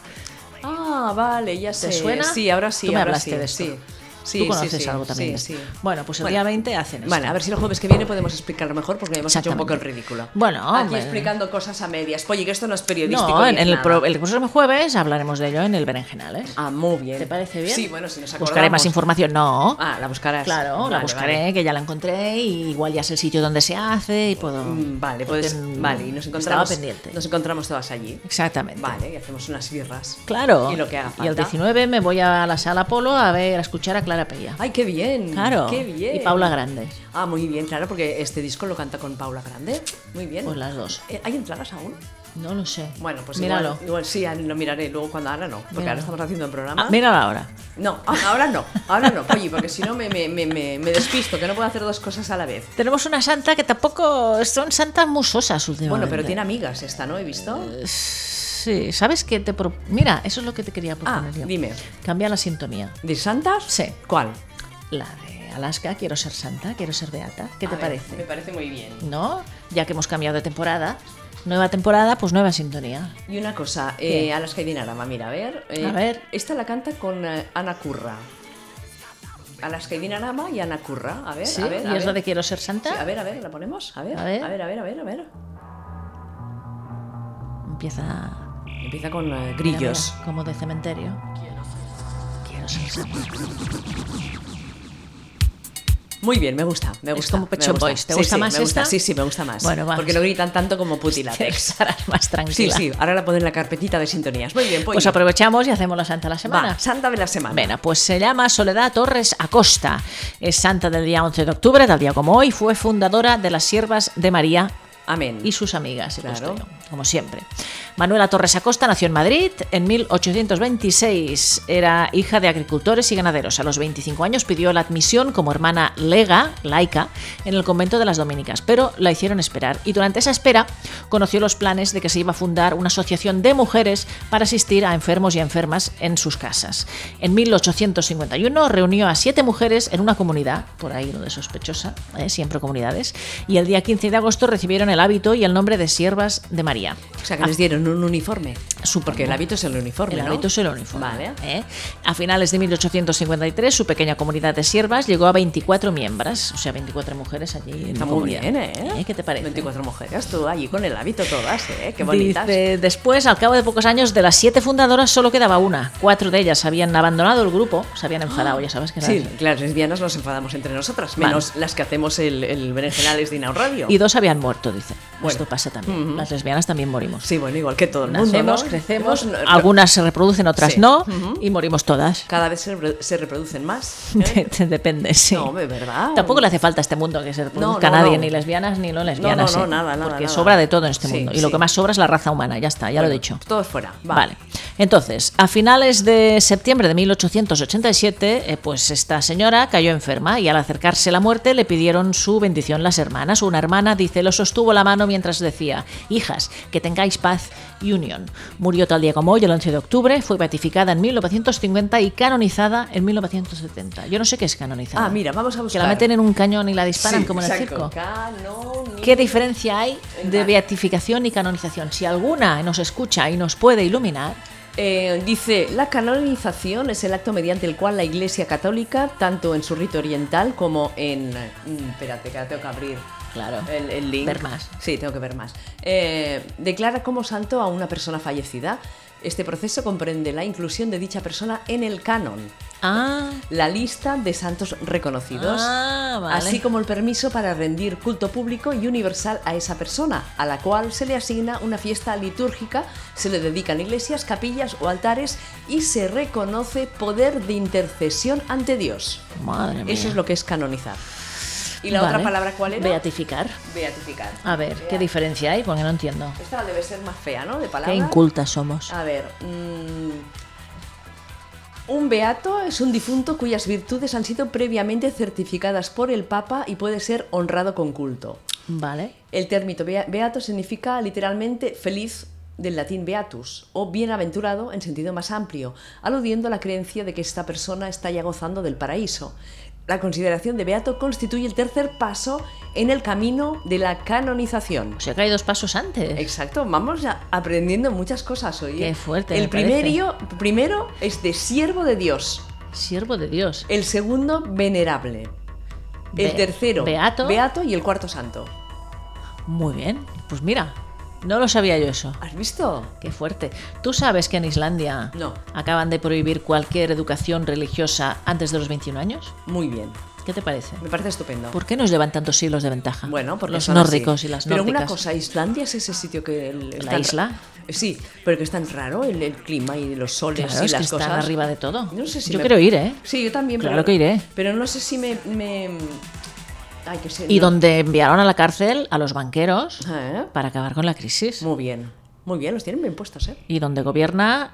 Speaker 1: Ah, vale, ya sé.
Speaker 2: ¿Te suena?
Speaker 1: Sí, ahora sí.
Speaker 2: Tú me
Speaker 1: ahora
Speaker 2: hablaste
Speaker 1: sí,
Speaker 2: de esto.
Speaker 1: Sí. Sí,
Speaker 2: Tú
Speaker 1: sí,
Speaker 2: conoces
Speaker 1: sí,
Speaker 2: algo también. de
Speaker 1: Sí,
Speaker 2: esto.
Speaker 1: sí.
Speaker 2: Bueno, pues el día 20 hacen esto.
Speaker 1: Vale, a ver si el jueves que viene podemos explicarlo mejor porque hemos hecho un
Speaker 2: Exactamente.
Speaker 1: poco el ridículo.
Speaker 2: Bueno,
Speaker 1: aquí
Speaker 2: hombre.
Speaker 1: explicando cosas a medias. Oye, que esto no es periodístico.
Speaker 2: No,
Speaker 1: ni
Speaker 2: en,
Speaker 1: es
Speaker 2: en el,
Speaker 1: nada.
Speaker 2: pro- el próximo jueves hablaremos de ello en el Berenjenales.
Speaker 1: Ah, muy bien.
Speaker 2: ¿Te parece bien?
Speaker 1: Sí, bueno, si nos acordamos.
Speaker 2: Buscaré más información. No.
Speaker 1: Ah, la buscarás.
Speaker 2: claro, la
Speaker 1: Vale,
Speaker 2: buscaré,
Speaker 1: vale.
Speaker 2: que ya la encontré y igual ya es el sitio donde se hace y puedo.
Speaker 1: Mm, Vale, pues,
Speaker 2: Porque, mm,
Speaker 1: vale, y nos
Speaker 2: estaba
Speaker 1: encontramos,
Speaker 2: pendiente.
Speaker 1: nos encontramos todas allí.
Speaker 2: Exactamente.
Speaker 1: Vale, y hacemos unas birras.
Speaker 2: Claro.
Speaker 1: Y lo que haga falta.
Speaker 2: el 19 me voy a la sala Polo a ver a escuchar a Clara Pella.
Speaker 1: Ay, qué bien.
Speaker 2: claro.
Speaker 1: Qué bien.
Speaker 2: Y Paula Grandes.
Speaker 1: Ah, muy bien, claro, porque este disco lo canta con Paula Grande. Muy bien.
Speaker 2: Pues las dos.
Speaker 1: Eh, ¿Hay entradas aún?
Speaker 2: No lo sé.
Speaker 1: Bueno, pues
Speaker 2: míralo.
Speaker 1: Igual, igual sí, lo miraré luego cuando ahora no, porque ahora
Speaker 2: Míralo.
Speaker 1: estamos haciendo el programa.
Speaker 2: Ah, míralo ahora.
Speaker 1: No, ah, ahora no, ahora no, Polly, porque si no me, me, me, me- me despisto, que no puedo hacer dos cosas a la vez.
Speaker 2: Tenemos una santa que tampoco son santas musosas últimamente.
Speaker 1: Bueno, pero tiene amigas esta, ¿no? ¿He visto?
Speaker 2: Eh, Sí, ¿sabes qué te pro- Mira, eso es lo que te quería
Speaker 1: Ah,
Speaker 2: proponer yo.
Speaker 1: dime.
Speaker 2: Cambia la sintonía.
Speaker 1: ¿De Santas?
Speaker 2: Sí.
Speaker 1: ¿Cuál?
Speaker 2: La de Alaska, quiero ser santa, quiero ser beata. ¿Qué
Speaker 1: A
Speaker 2: te
Speaker 1: ver,
Speaker 2: parece?
Speaker 1: Me parece muy bien.
Speaker 2: ¿No? Ya que hemos cambiado de temporada, nueva temporada, pues nueva sintonía.
Speaker 1: Y una cosa,
Speaker 2: ¿Qué?
Speaker 1: eh, a las que Dinarama, mira, a ver. eh,
Speaker 2: A ver.
Speaker 1: Esta la canta con eh, Ana Curra. A las que Dinarama y Ana Curra. A ver,
Speaker 2: ¿Sí?
Speaker 1: a ver.
Speaker 2: ¿Y
Speaker 1: a
Speaker 2: es la
Speaker 1: ver.
Speaker 2: de quiero ser
Speaker 1: Sí, a
Speaker 2: santa?
Speaker 1: ver, a ver, la ponemos. A ver,
Speaker 2: A ver.
Speaker 1: a ver, a ver, a ver. a ver.
Speaker 2: Empieza...
Speaker 1: Empieza con eh,
Speaker 2: mira,
Speaker 1: grillos.
Speaker 2: mira, como de cementerio. Quiero maravillosos.
Speaker 1: Muy bien, me gusta. Me gusta.
Speaker 2: Es como Pet
Speaker 1: me
Speaker 2: Shop
Speaker 1: gusta.
Speaker 2: Boys. ¿Te
Speaker 1: Sí,
Speaker 2: gusta
Speaker 1: sí,
Speaker 2: más
Speaker 1: me gusta.
Speaker 2: esta?
Speaker 1: Sí, sí, me gusta más.
Speaker 2: Bueno, vamos.
Speaker 1: Porque no gritan tanto como Putilatex.
Speaker 2: Estarás más
Speaker 1: Sí,
Speaker 2: tranquila.
Speaker 1: sí, ahora la ponen en la carpetita de sintonías. Muy bien, pues.
Speaker 2: Pues aprovechamos y hacemos la santa de la semana.
Speaker 1: Va, santa de la semana.
Speaker 2: Venga, pues se llama Soledad Torres Acosta. Es santa del día 11 de octubre, tal día como hoy. Fue fundadora de las Siervas de María
Speaker 1: Amén.
Speaker 2: y sus amigas, y
Speaker 1: Claro.
Speaker 2: custodio, como siempre. Manuela Torres Acosta nació en Madrid en 1826. Era hija de agricultores y ganaderos. A los 25 años pidió la admisión como hermana lega, laica, en el convento de las dominicas, pero la hicieron esperar. Y durante esa espera conoció los planes de que se iba a fundar una asociación de mujeres para asistir a enfermos y enfermas en sus casas. En 1851 reunió a siete mujeres en una comunidad, por ahí donde sospechosa, ¿eh? siempre comunidades, y el día 15 de agosto recibieron el hábito y el nombre de Siervas de María.
Speaker 1: O sea, que les dieron un uniforme.
Speaker 2: Supongo.
Speaker 1: Porque el hábito es el uniforme,
Speaker 2: El
Speaker 1: ¿no?
Speaker 2: hábito es el uniforme.
Speaker 1: Vale.
Speaker 2: ¿eh? A finales de 1853, su pequeña comunidad de siervas llegó a 24 miembros, o sea, 24 mujeres allí en
Speaker 1: Está
Speaker 2: la
Speaker 1: muy
Speaker 2: comunidad.
Speaker 1: bien, ¿eh?
Speaker 2: ¿Qué te parece?
Speaker 1: 24 mujeres, tú allí con el hábito todas, ¿eh? Qué bonitas.
Speaker 2: Dice, después, al cabo de pocos años, de las siete fundadoras solo quedaba una. Cuatro de ellas habían abandonado el grupo, se habían enfadado, ya sabes que
Speaker 1: Ah, Sí,
Speaker 2: las-
Speaker 1: claro, las lesbianas nos enfadamos entre nosotras,
Speaker 2: Vale.
Speaker 1: menos las que hacemos el, el berenjenales de Inaud Radio.
Speaker 2: Y dos habían muerto, dice.
Speaker 1: Bueno.
Speaker 2: Esto pasa también. Las lesbianas también morimos.
Speaker 1: Sí, bueno, igual que todo el mundo.
Speaker 2: Nacemos,
Speaker 1: ¿no?
Speaker 2: crecemos,
Speaker 1: No, no,
Speaker 2: algunas se reproducen, otras
Speaker 1: Sí. ¿Eh?
Speaker 2: no, y morimos todas.
Speaker 1: Cada vez se, re- se reproducen más. ¿eh?
Speaker 2: Te- te Depende, sí.
Speaker 1: No, de verdad.
Speaker 2: Tampoco le hace falta a este mundo que se reproduzca
Speaker 1: no,
Speaker 2: nadie,
Speaker 1: no.
Speaker 2: ni lesbianas ni no lesbianas.
Speaker 1: No, no,
Speaker 2: ¿eh?
Speaker 1: no, nada, nada,
Speaker 2: Porque
Speaker 1: nada.
Speaker 2: sobra de todo en este
Speaker 1: Sí,
Speaker 2: mundo. Y lo
Speaker 1: sí.
Speaker 2: que más sobra es la raza humana, ya está, ya lo he dicho.
Speaker 1: Todo fuera. va.
Speaker 2: Vale. Entonces, a finales de septiembre de 1887, eh, pues esta señora cayó enferma y al acercarse la muerte le pidieron su bendición las hermanas. Una hermana, dice, lo sostuvo la mano mientras decía, hijas, que tengáis paz y unión. Murió tal día como hoy, el 11 de octubre, fue beatificada en 1950 y canonizada en 1970. Yo no sé qué es canonizada.
Speaker 1: Ah, mira, vamos a
Speaker 2: Que
Speaker 1: buscar.
Speaker 2: la meten en un cañón y la disparan
Speaker 1: Sí,
Speaker 2: como en el
Speaker 1: exacto.
Speaker 2: circo.
Speaker 1: Canoni-
Speaker 2: ¿Qué diferencia hay de
Speaker 1: Vale.
Speaker 2: beatificación y canonización? Si alguna nos escucha y nos puede iluminar,
Speaker 1: Eh, dice, la canonización es el acto mediante el cual la Iglesia Católica, tanto en su rito oriental como en... mm, Espérate, que ahora tengo que abrir
Speaker 2: Claro.
Speaker 1: el, el link.
Speaker 2: Ver más.
Speaker 1: Sí, tengo que ver más. Eh, declara como santo a una persona fallecida. Este proceso comprende la inclusión de dicha persona en el canon,
Speaker 2: Ah,
Speaker 1: la lista de santos reconocidos,
Speaker 2: Ah, vale.
Speaker 1: así como el permiso para rendir culto público y universal a esa persona, a la cual se le asigna una fiesta litúrgica, se le dedican iglesias, capillas o altares y se reconoce poder de intercesión ante Dios.
Speaker 2: madre mía.
Speaker 1: Eso es lo que es canonizar. ¿Y la otra
Speaker 2: Vale.
Speaker 1: palabra cuál era?
Speaker 2: Beatificar.
Speaker 1: Beatificar.
Speaker 2: A ver, ¿qué
Speaker 1: Bea-
Speaker 2: diferencia hay? Porque no entiendo.
Speaker 1: Esta debe ser más fea, ¿no? De palabra. Ah.
Speaker 2: Qué incultas somos.
Speaker 1: A ver. mm, un beato es un difunto cuyas virtudes han sido previamente certificadas por el Papa y puede ser honrado con culto.
Speaker 2: Vale.
Speaker 1: El término bea- beato significa literalmente feliz del latín beatus o bienaventurado en sentido más amplio, aludiendo a la creencia de que esta persona está ya gozando del paraíso. La consideración de beato constituye el tercer paso en el camino de la canonización.
Speaker 2: O sea que hay dos pasos antes.
Speaker 1: Exacto, vamos a- aprendiendo muchas cosas hoy. ¿eh?
Speaker 2: Qué fuerte, me
Speaker 1: El primerio, primero es de siervo de Dios,
Speaker 2: Siervo de Dios.
Speaker 1: el segundo venerable, el
Speaker 2: Be-
Speaker 1: tercero
Speaker 2: beato.
Speaker 1: y el cuarto santo.
Speaker 2: Muy bien. Pues mira, no lo sabía yo eso.
Speaker 1: ¿Has visto?
Speaker 2: Qué fuerte. ¿Tú sabes que en Islandia
Speaker 1: No.
Speaker 2: acaban de prohibir cualquier educación religiosa antes de los 21 años?
Speaker 1: Muy bien,
Speaker 2: ¿Qué te parece?
Speaker 1: me parece estupendo.
Speaker 2: ¿Por qué nos llevan tantos siglos de ventaja?
Speaker 1: Bueno, porque
Speaker 2: los
Speaker 1: son así.
Speaker 2: nórdicos y las
Speaker 1: Pero
Speaker 2: nórdicas.
Speaker 1: una cosa, Islandia es ese sitio que el- es
Speaker 2: ¿La
Speaker 1: tan-
Speaker 2: isla?
Speaker 1: Sí, pero que es tan raro el, el clima y los soles
Speaker 2: Claro,
Speaker 1: y
Speaker 2: es
Speaker 1: las
Speaker 2: que están
Speaker 1: cosas.
Speaker 2: arriba de todo.
Speaker 1: No sé si
Speaker 2: Yo
Speaker 1: me-
Speaker 2: quiero ir, ¿eh?
Speaker 1: Sí, yo también.
Speaker 2: Claro
Speaker 1: pero-
Speaker 2: que iré.
Speaker 1: Pero no sé si me, me- Ay, que sé.
Speaker 2: Y
Speaker 1: no-
Speaker 2: donde enviaron a la cárcel a los banqueros
Speaker 1: Ah, ¿eh?
Speaker 2: para acabar con la crisis.
Speaker 1: Muy bien, muy bien, los tienen bien puestos, ¿eh?
Speaker 2: Y donde gobierna,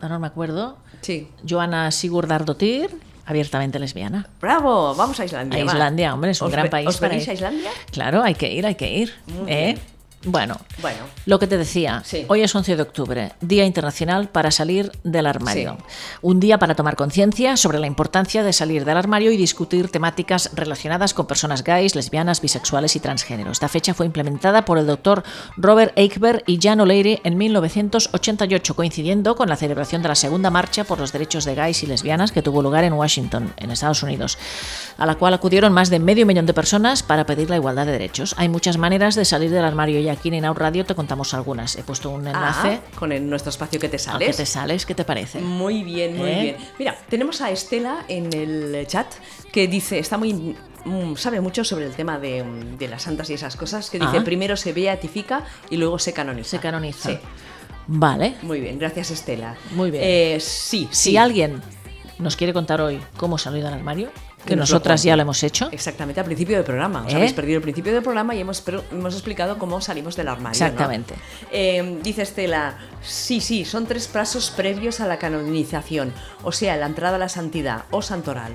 Speaker 2: ahora no me acuerdo,
Speaker 1: Sí.
Speaker 2: Joana Sigurdardottir, abiertamente lesbiana.
Speaker 1: ¡Bravo! Vamos a Islandia.
Speaker 2: A
Speaker 1: va.
Speaker 2: Islandia, hombre, es un
Speaker 1: ¿Os
Speaker 2: gran
Speaker 1: ve-
Speaker 2: país
Speaker 1: ¿Os
Speaker 2: para
Speaker 1: venís
Speaker 2: ir.
Speaker 1: a Islandia?
Speaker 2: Claro, hay que ir, hay que ir.
Speaker 1: Muy
Speaker 2: ¿eh?
Speaker 1: bien.
Speaker 2: Bueno,
Speaker 1: Bueno,
Speaker 2: lo que te decía,
Speaker 1: Sí.
Speaker 2: hoy es 11 de octubre, Día Internacional para Salir del Armario. Un día para tomar conciencia sobre la importancia de salir del armario y discutir temáticas relacionadas con personas gays, lesbianas, bisexuales y transgénero. Esta fecha fue implementada por el doctor Robert Eichberg y Jan O'Leary en 1988, coincidiendo con la celebración de la segunda marcha por los derechos de gays y lesbianas que tuvo lugar en Washington, en Estados Unidos, a la cual acudieron más de medio millón de personas para pedir la igualdad de derechos. Hay muchas maneras de salir del armario ya aquí en Inaud Radio te contamos algunas. He puesto un enlace.
Speaker 1: Ah, con el- nuestro espacio que te
Speaker 2: ¿A qué
Speaker 1: sales.
Speaker 2: Ah, te sales? ¿Qué te parece?
Speaker 1: Muy bien, muy
Speaker 2: ¿Eh?
Speaker 1: bien. Mira, tenemos a Estela en el chat que dice, está muy mm, sabe mucho sobre el tema de, mm, de las santas y esas cosas, que dice
Speaker 2: Ah.
Speaker 1: primero se beatifica y luego se canoniza.
Speaker 2: Se canoniza.
Speaker 1: Sí.
Speaker 2: Vale.
Speaker 1: Muy bien, gracias Estela.
Speaker 2: Muy bien.
Speaker 1: Eh, sí, sí.
Speaker 2: Si alguien nos quiere contar hoy cómo salir del armario, que
Speaker 1: Nos lo
Speaker 2: nosotras
Speaker 1: cuente.
Speaker 2: ya lo hemos hecho.
Speaker 1: Exactamente, al principio del programa. Os
Speaker 2: ¿Eh?
Speaker 1: habéis perdido el principio del programa y hemos, pero hemos explicado cómo salimos del armario. ¿no?
Speaker 2: Exactamente.
Speaker 1: Eh, dice Estela, sí, sí, son tres pasos previos a la canonización, o sea, la entrada a la santidad o santoral.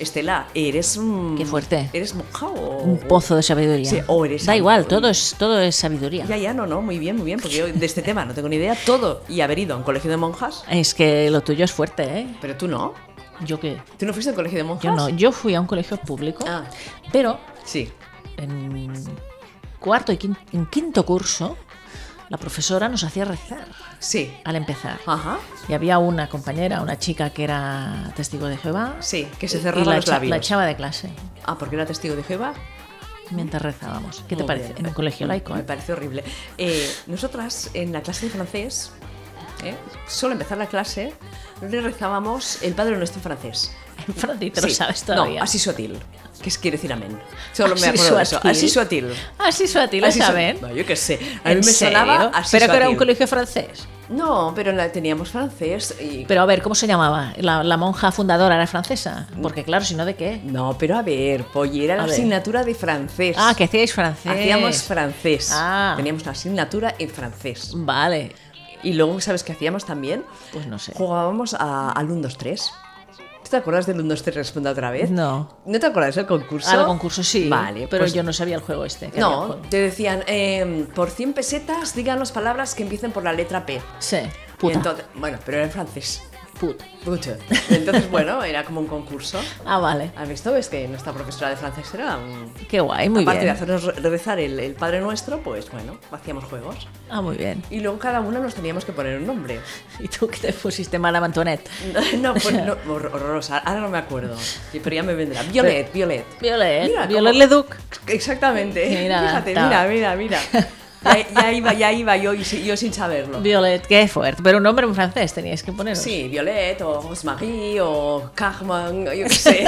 Speaker 1: Estela, eres un...
Speaker 2: Qué fuerte.
Speaker 1: ¿Eres monja o...?
Speaker 2: Un pozo de sabiduría.
Speaker 1: Sí, o eres
Speaker 2: da
Speaker 1: algo.
Speaker 2: igual, todo es, todo es sabiduría.
Speaker 1: Ya, ya, no, no, muy bien, muy bien, porque yo de este tema no tengo ni idea. Todo y haber ido a un colegio de monjas,
Speaker 2: Es que lo tuyo es fuerte, ¿eh?
Speaker 1: pero tú no.
Speaker 2: ¿Yo qué?
Speaker 1: ¿Tú no fuiste al colegio de monjas?
Speaker 2: Yo no, yo fui a un colegio público,
Speaker 1: Ah.
Speaker 2: pero
Speaker 1: Sí.
Speaker 2: en cuarto y quin- en quinto curso la profesora nos hacía rezar
Speaker 1: Sí.
Speaker 2: al empezar.
Speaker 1: Ajá.
Speaker 2: Y había una compañera, una chica que era testigo de Jehová.
Speaker 1: Sí, que se
Speaker 2: y-
Speaker 1: cerraba
Speaker 2: y la
Speaker 1: los
Speaker 2: echa-
Speaker 1: labios.
Speaker 2: La echaba de clase
Speaker 1: Ah, porque era testigo de Jehová.
Speaker 2: mientras rezábamos. ¿Qué te
Speaker 1: Muy
Speaker 2: parece?
Speaker 1: bien.
Speaker 2: En un colegio laico.
Speaker 1: Me
Speaker 2: ¿eh?
Speaker 1: parece horrible. Eh, nosotras, en la clase de francés, ¿eh? solo empezar la clase, le rezábamos el Padre Nuestro en francés.
Speaker 2: Franci, te lo
Speaker 1: Sí.
Speaker 2: sabes todavía.
Speaker 1: No, así sutil. Que es- quiere decir amén. Solo me
Speaker 2: Así
Speaker 1: acuerdo de eso.
Speaker 2: sutil.
Speaker 1: Así sutil.
Speaker 2: Así sutil, ¿lo
Speaker 1: Así su-
Speaker 2: saben?
Speaker 1: No, yo qué sé. A mí
Speaker 2: ¿En
Speaker 1: me
Speaker 2: serio?
Speaker 1: sonaba así
Speaker 2: Pero que era un
Speaker 1: sutil.
Speaker 2: colegio francés.
Speaker 1: No, pero la, teníamos francés y...
Speaker 2: Pero a ver, ¿cómo se llamaba? ¿La, la monja fundadora era francesa? Porque claro, si no, ¿de qué?
Speaker 1: No, pero a ver, Polly, era
Speaker 2: A
Speaker 1: la
Speaker 2: ver.
Speaker 1: asignatura de francés.
Speaker 2: Ah, que hacíais francés.
Speaker 1: Hacíamos francés.
Speaker 2: Ah.
Speaker 1: Teníamos la asignatura en francés.
Speaker 2: Vale,
Speaker 1: Y luego, ¿sabes qué hacíamos también?
Speaker 2: pues no sé.
Speaker 1: Jugábamos a, al 1-2-3. ¿Tú te acuerdas del 1-2-3 responde otra vez?
Speaker 2: No.
Speaker 1: ¿No te acuerdas del concurso?
Speaker 2: Al concurso sí,
Speaker 1: Vale,
Speaker 2: pero
Speaker 1: pues-
Speaker 2: yo no sabía el juego este. que había
Speaker 1: No,
Speaker 2: juego.
Speaker 1: te decían, eh, por 100 pesetas, díganos palabras que empiecen por la letra P.
Speaker 2: Sí,
Speaker 1: Y
Speaker 2: puta.
Speaker 1: entonces- bueno, pero era en francés.
Speaker 2: puta.
Speaker 1: Pucha. Entonces, bueno, era como un concurso.
Speaker 2: Ah, vale.
Speaker 1: ¿Has visto? Es que nuestra profesora de francés era un...
Speaker 2: Qué guay, muy
Speaker 1: Aparte de
Speaker 2: bien.
Speaker 1: hacernos re- rezar el, el Padre Nuestro, pues bueno, hacíamos juegos.
Speaker 2: Ah, muy bien.
Speaker 1: Y luego cada uno nos teníamos que poner un nombre.
Speaker 2: ¿Y tú que te pusiste Madame Antoinette?
Speaker 1: No, pues no, hor- horrorosa. Ahora no me acuerdo. Sí, Pero ya me vendrá. Violet, Violet.
Speaker 2: Violet,
Speaker 1: Mira,
Speaker 2: Violet
Speaker 1: como-
Speaker 2: Leduc.
Speaker 1: Exactamente.
Speaker 2: Mira,
Speaker 1: Fíjate,
Speaker 2: estaba.
Speaker 1: mira, mira, mira. Ya, ya iba, ya iba yo, y si- yo sin saberlo.
Speaker 2: Violet, qué fuerte. Pero un nombre en francés teníais que poneros.
Speaker 1: Sí, Violet o Rosemarie o Carmen, yo qué sé.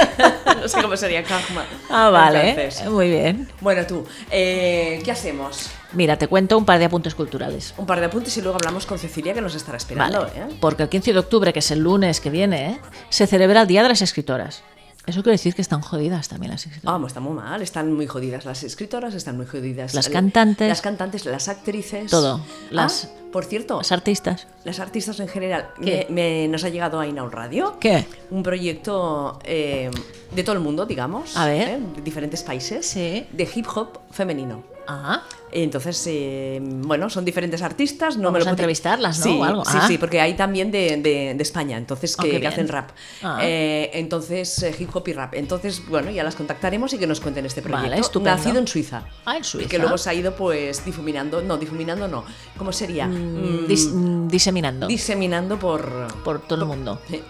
Speaker 1: No sé cómo sería Carmen.
Speaker 2: Ah,
Speaker 1: en
Speaker 2: vale.
Speaker 1: francés.
Speaker 2: Muy bien.
Speaker 1: Bueno, tú, eh, ¿qué hacemos?
Speaker 2: Mira, te cuento un par de apuntes culturales.
Speaker 1: Un par de apuntes y luego hablamos con Cecilia que nos estará esperando. ¿eh?
Speaker 2: Porque el 15 de octubre, que es el lunes que viene, ¿eh? se celebra el Día de las Escritoras. Eso quiere decir que están jodidas también las escritoras.
Speaker 1: Vamos, Ah, pues está muy mal, están muy jodidas las escritoras, están muy jodidas
Speaker 2: Las
Speaker 1: el-
Speaker 2: cantantes.
Speaker 1: las cantantes, las actrices,
Speaker 2: Todo. Las-
Speaker 1: Las, por cierto,
Speaker 2: Las artistas.
Speaker 1: las artistas en general.
Speaker 2: ¿Qué?
Speaker 1: Me, me- nos ha llegado a Inaul Radio.
Speaker 2: ¿Qué?
Speaker 1: Un proyecto eh, de todo el mundo, digamos.
Speaker 2: A ver.
Speaker 1: ¿eh? De diferentes países.
Speaker 2: Sí.
Speaker 1: De hip hop femenino.
Speaker 2: Ah,
Speaker 1: Entonces, eh, bueno, son diferentes artistas. No
Speaker 2: Vamos
Speaker 1: me lo
Speaker 2: a
Speaker 1: puedo-
Speaker 2: entrevistarlas, ¿no?
Speaker 1: Sí,
Speaker 2: O algo.
Speaker 1: sí,
Speaker 2: Ah.
Speaker 1: sí, porque hay también de, de- de España, entonces,
Speaker 2: Ah,
Speaker 1: que,
Speaker 2: qué
Speaker 1: que hacen
Speaker 2: bien.
Speaker 1: rap.
Speaker 2: Ah.
Speaker 1: Eh, entonces, eh, hip hop y rap. Entonces, bueno, ya las contactaremos y que nos cuenten este proyecto.
Speaker 2: Vale, estupendo.
Speaker 1: Nacido en Suiza.
Speaker 2: Ah, en Suiza.
Speaker 1: Que luego se ha ido, pues, difuminando. No, difuminando no. ¿Cómo sería? Mm,
Speaker 2: dis- mm, diseminando
Speaker 1: diseminando por...
Speaker 2: por todo el mundo.
Speaker 1: Eh,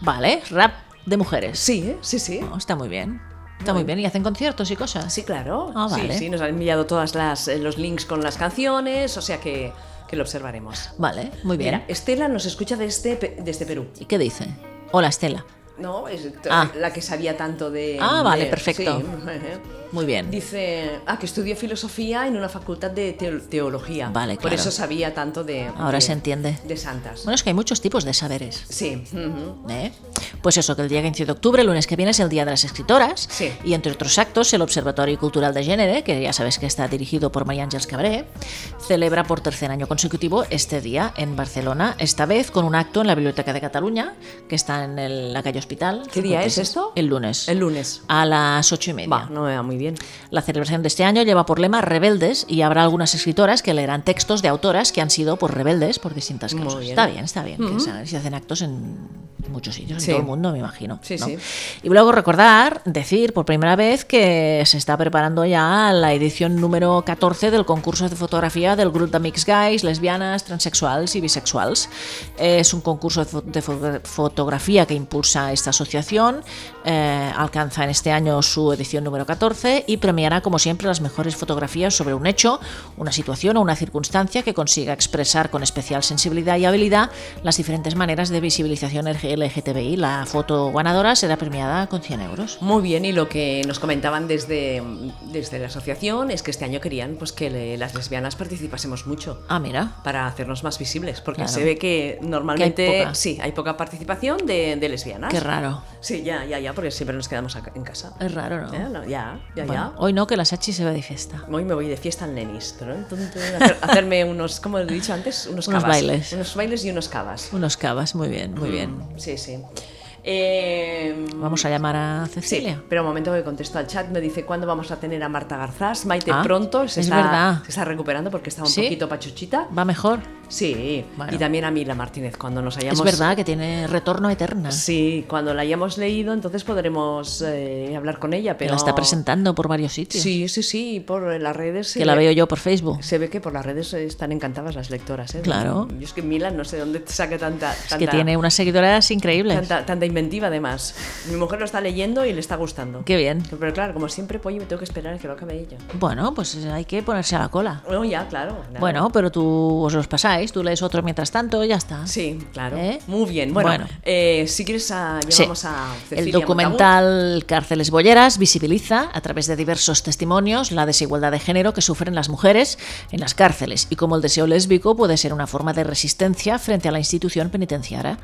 Speaker 2: Vale, rap de mujeres.
Speaker 1: Sí, eh, sí, sí.
Speaker 2: Oh, está muy bien. Está muy bien. Y hacen conciertos y cosas.
Speaker 1: Sí, claro.
Speaker 2: Ah,
Speaker 1: sí,
Speaker 2: vale.
Speaker 1: sí, nos han enviado todas las eh, los links con las canciones, o sea que, que lo observaremos.
Speaker 2: Vale, muy bien.
Speaker 1: Mira, Estela nos escucha desde, Pe- desde Perú.
Speaker 2: ¿Y qué dice? Hola, Estela.
Speaker 1: No, es t-
Speaker 2: Ah.
Speaker 1: la que sabía tanto de...
Speaker 2: Ah, vale,
Speaker 1: de-
Speaker 2: perfecto.
Speaker 1: sí.
Speaker 2: Muy bien.
Speaker 1: Dice, ah, que estudió filosofía en una facultad de teo- teología.
Speaker 2: Vale,
Speaker 1: Por
Speaker 2: claro.
Speaker 1: eso sabía tanto de...
Speaker 2: Ahora
Speaker 1: de-
Speaker 2: se entiende.
Speaker 1: De santas.
Speaker 2: Bueno, es que hay muchos tipos de saberes.
Speaker 1: Sí. ujú.
Speaker 2: ¿eh? Pues eso, que el día 15 de octubre, el lunes que viene, es el Día de las Escritoras.
Speaker 1: Sí.
Speaker 2: Y entre otros actos, el Observatorio Cultural de Género, que ya sabes que está dirigido por María Ángeles Cabré, celebra por tercer año consecutivo este día en Barcelona, esta vez con un acto en la Biblioteca de Cataluña, que está en el- la calle Hospital.
Speaker 1: ¿Qué día es
Speaker 2: 56,
Speaker 1: esto?
Speaker 2: El lunes.
Speaker 1: El lunes.
Speaker 2: A las ocho y media.
Speaker 1: Va, no me va muy bien.
Speaker 2: La celebración de este año lleva por lema Rebeldes y habrá algunas escritoras que leerán textos de autoras que han sido por rebeldes por distintas
Speaker 1: Muy
Speaker 2: causas.
Speaker 1: bien.
Speaker 2: Está bien, está bien. que se, se hacen actos en muchos sitios,
Speaker 1: Sí.
Speaker 2: en todo el mundo, me imagino.
Speaker 1: Sí,
Speaker 2: ¿no?
Speaker 1: sí.
Speaker 2: Y luego recordar, decir por primera vez que se está preparando ya la edición número 14 del concurso de fotografía del grupo de Mix Guys, lesbianas, transexuals y bisexuals. Eh, Es un concurso de, fo- de fo- fotografía que impulsa esta asociación. Eh, alcanza en este año su edición número 14 2014 y premiará, como siempre, las mejores fotografías sobre un hecho, una situación o una circunstancia que consiga expresar con especial sensibilidad y habilidad las diferentes maneras de visibilización LGTBI. La foto ganadora será premiada con 100 euros.
Speaker 1: Muy bien, y lo que nos comentaban desde, desde la asociación es que este año querían pues, que le- las lesbianas participásemos mucho
Speaker 2: Ah, mira.
Speaker 1: para hacernos más visibles, porque
Speaker 2: Claro.
Speaker 1: se ve que normalmente
Speaker 2: Que hay poca.
Speaker 1: sí, hay poca participación de, de lesbianas.
Speaker 2: Qué raro.
Speaker 1: Sí, ya, ya, ya, porque siempre nos quedamos acá- en casa.
Speaker 2: Es raro, ¿no?
Speaker 1: Eh, no, ya, ya,
Speaker 2: Bueno, Hoy no, que la Sachi se va de fiesta.
Speaker 1: ya. Hoy me voy de fiesta al Lenis, ¿no? Entonces, hacer- hacerme unos, como he dicho antes, unos,
Speaker 2: Unos
Speaker 1: cavas.
Speaker 2: bailes.
Speaker 1: Unos bailes y unos cavas.
Speaker 2: Unos cavas, muy bien, muy bien.
Speaker 1: Sí, sí. Eh,
Speaker 2: Vamos a llamar a
Speaker 1: Sí,
Speaker 2: Cecilia.
Speaker 1: pero un momento que contesto al chat, me dice cuándo vamos a tener a Marta Garzás. Maite
Speaker 2: Ah,
Speaker 1: pronto se,
Speaker 2: es
Speaker 1: está,
Speaker 2: verdad.
Speaker 1: se está recuperando porque estaba un
Speaker 2: ¿Sí?
Speaker 1: poquito pachuchita.
Speaker 2: ¿Va mejor?
Speaker 1: Sí,
Speaker 2: Bueno.
Speaker 1: y también a Mila Martínez cuando nos hayamos...
Speaker 2: Es verdad que tiene retorno eterna.
Speaker 1: Sí, cuando la hayamos leído entonces podremos eh, hablar con ella,
Speaker 2: Que
Speaker 1: pero...
Speaker 2: la está presentando por varios sitios.
Speaker 1: Sí, sí, sí, por eh, las redes... se
Speaker 2: que la
Speaker 1: ve-
Speaker 2: veo yo por Facebook.
Speaker 1: Se ve que por las redes están encantadas las lectoras, ¿eh?
Speaker 2: Claro.
Speaker 1: Yo es que Mila no sé dónde saca tanta...
Speaker 2: Es
Speaker 1: tanta
Speaker 2: que tiene unas seguidoras increíbles.
Speaker 1: Tanta, tanta inventiva además. Mi mujer lo está leyendo y le está gustando.
Speaker 2: Qué bien.
Speaker 1: Pero claro, como siempre, pollo, me tengo que esperar a que lo acabe ella.
Speaker 2: Bueno, pues hay que ponerse a la cola.
Speaker 1: No, ya, claro. claro.
Speaker 2: Bueno, pero tú os los pasáis, tú lees otro mientras tanto y ya está.
Speaker 1: Sí, claro.
Speaker 2: ¿Eh?
Speaker 1: Muy bien. Bueno,
Speaker 2: Bueno.
Speaker 1: eh, si quieres, a,
Speaker 2: Sí.
Speaker 1: llevamos a Cecilia
Speaker 2: El
Speaker 1: Montagut.
Speaker 2: documental Cárceles Bolleras visibiliza, a través de diversos testimonios, la desigualdad de género que sufren las mujeres en las cárceles y cómo el deseo lésbico puede ser una forma de resistencia frente a la institución penitenciaria.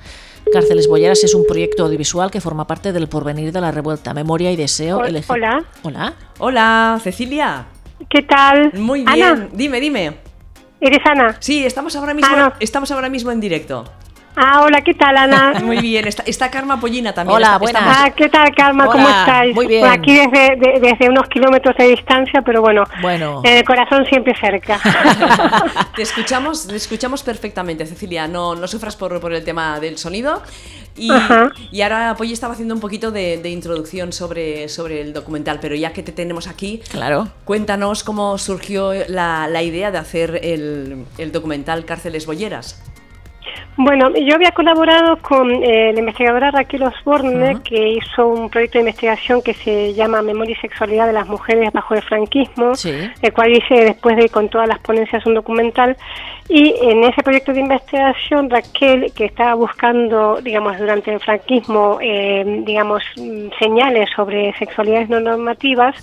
Speaker 2: Cárceles Bolleras es un proyecto audiovisual que forma parte del porvenir de la revuelta Memoria y Deseo
Speaker 4: Hol-
Speaker 2: LG.
Speaker 4: hola.
Speaker 2: Hola.
Speaker 1: Hola, Cecilia.
Speaker 4: ¿Qué tal?
Speaker 1: Muy bien.
Speaker 4: Ana,
Speaker 1: Dime, dime.
Speaker 4: ¿eres Ana?
Speaker 1: Sí, estamos ahora mismo,
Speaker 4: Ah, no.
Speaker 1: estamos ahora mismo en directo.
Speaker 4: Ah, hola, ¿qué tal, Ana?
Speaker 1: Muy bien. Está, está Karma Pollina también.
Speaker 2: Hola,
Speaker 1: Está-
Speaker 2: buenas.
Speaker 1: estamos-
Speaker 4: Ah, ¿qué tal, Karma? ¿Cómo
Speaker 2: Hola,
Speaker 4: estáis?
Speaker 2: muy bien.
Speaker 4: Aquí desde, de- desde unos kilómetros de distancia, pero bueno,
Speaker 2: Bueno.
Speaker 4: en el corazón siempre cerca.
Speaker 1: Te escuchamos, te escuchamos perfectamente, Cecilia. No, no sufras por, por el tema del sonido. Y,
Speaker 4: Ajá.
Speaker 1: y ahora Polly estaba haciendo un poquito de, de introducción sobre, sobre el documental, pero ya que te tenemos aquí,
Speaker 2: Claro.
Speaker 1: cuéntanos cómo surgió la, la idea de hacer el, el documental Cárceles Bolleras.
Speaker 4: Bueno, yo había colaborado con eh, la investigadora Raquel Osborne, que hizo un proyecto de investigación que se llama Memoria y Sexualidad de las Mujeres bajo el franquismo,
Speaker 2: Sí.
Speaker 4: el cual hice después de con todas las ponencias un documental. Y en ese proyecto de investigación, Raquel, que estaba buscando, digamos, durante el franquismo, eh, digamos, mm, señales sobre sexualidades no normativas,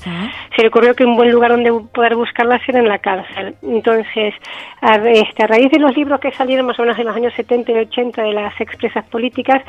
Speaker 4: se le ocurrió que un buen lugar donde poder buscarlas era en la cárcel. Entonces, a, este, a raíz de los libros que salieron más o menos en los años 70 y 80 de las expresas políticas,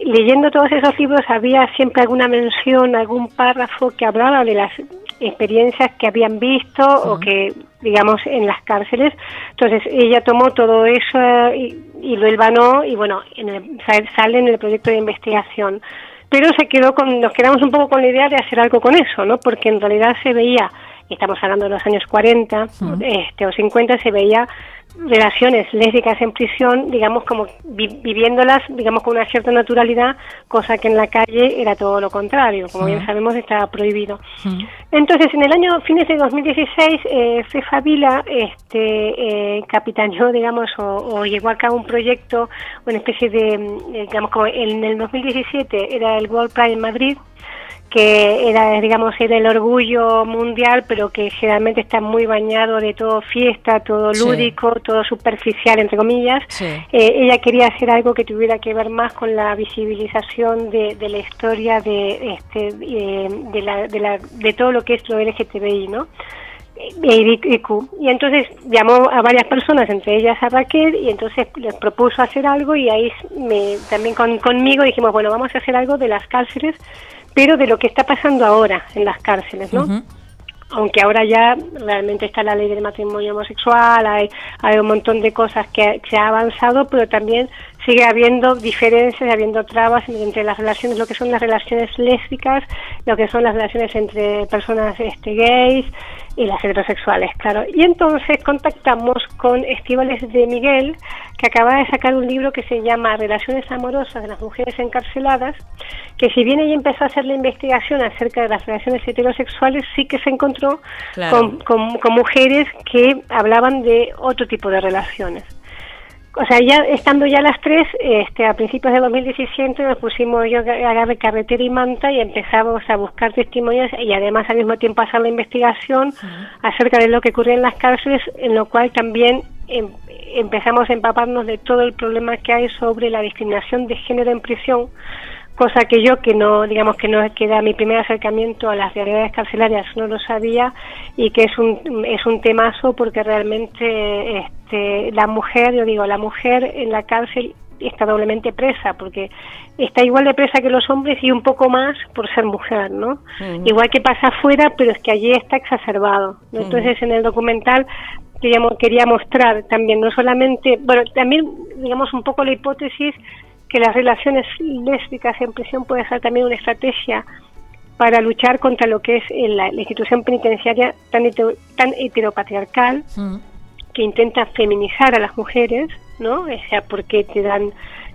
Speaker 4: leyendo todos esos libros había siempre alguna mención, algún párrafo que hablaba de las experiencias que habían visto o que, digamos, en las cárceles. Entonces, ella tomó todo eso eh, y, y lo hilvanó y, bueno, en el- sale- sale en el proyecto de investigación pero se quedó con, nos quedamos un poco con la idea de hacer algo con eso, ¿no? Porque en realidad se veía, y estamos hablando de los años 40 este, o 50, se veía relaciones lésbicas en prisión, digamos, como vi- viviéndolas, digamos, con una cierta naturalidad, cosa que en la calle era todo lo contrario, como bien sabemos estaba prohibido. Entonces, en el año fines de 2016, eh, Fefa Vila este, eh, capitaneó, digamos, o, o llevó a cabo un proyecto, una especie de, mm, eh, digamos, como en el 2017 era el World Pride en Madrid, que era, digamos, era el orgullo mundial, pero que generalmente está muy bañado de todo fiesta, todo
Speaker 2: Sí.
Speaker 4: lúdico, todo superficial, entre comillas.
Speaker 2: Sí.
Speaker 4: Eh, ella quería hacer algo que tuviera que ver más con la visibilización de, de la historia de, este, eh, de, la- de la- de todo lo que es lo LGTBI, ¿no? Eh, Y, y- y Q. Y entonces llamó a varias personas, entre ellas a Raquel, y entonces les propuso hacer algo y ahí me- también con- conmigo dijimos, bueno, vamos a hacer algo de las cárceles, pero de lo que está pasando ahora en las cárceles, ¿no? aunque ahora ya realmente está la ley del matrimonio homosexual, hay, hay un montón de cosas que se ha avanzado, pero también sigue habiendo diferencias, habiendo trabas entre las relaciones, lo que son las relaciones lésbicas, lo que son las relaciones entre personas este, gays y las heterosexuales, claro. Y entonces contactamos con Estíbales de Miguel, que acaba de sacar un libro que se llama Relaciones amorosas de las mujeres encarceladas, que si bien ella empezó a hacer la investigación acerca de las relaciones heterosexuales, sí que se encontró
Speaker 1: Claro.
Speaker 4: con, con- con mujeres que hablaban de otro tipo de relaciones. o sea, ya estando ya las tres, este, a principios de 2017 nos pusimos yo agarré carretera y manta y empezamos a buscar testimonios y además al mismo tiempo hacer la investigación acerca de lo que ocurre en las cárceles, en lo cual también em, empezamos a empaparnos de todo el problema que hay sobre la discriminación de género en prisión cosa que yo que no digamos que no es que era mi primer acercamiento a las realidades carcelarias no lo sabía y que es un es un temazo porque realmente este, la mujer yo digo la mujer en la cárcel está doblemente presa porque está igual de presa que los hombres y un poco más por ser mujer, ¿no? Uh -huh. Igual que pasa afuera, pero es que allí está exacerbado. ¿no? Uh -huh. Entonces, en el documental digamos, quería mostrar también no solamente, bueno, también digamos un poco la hipótesis que las relaciones lésbicas en prisión puede ser también una estrategia para luchar contra lo que es eh, la, la institución penitenciaria tan, hetero, tan heteropatriarcal uh -huh. que intenta feminizar a las mujeres, ¿no? O sea, porque te dan...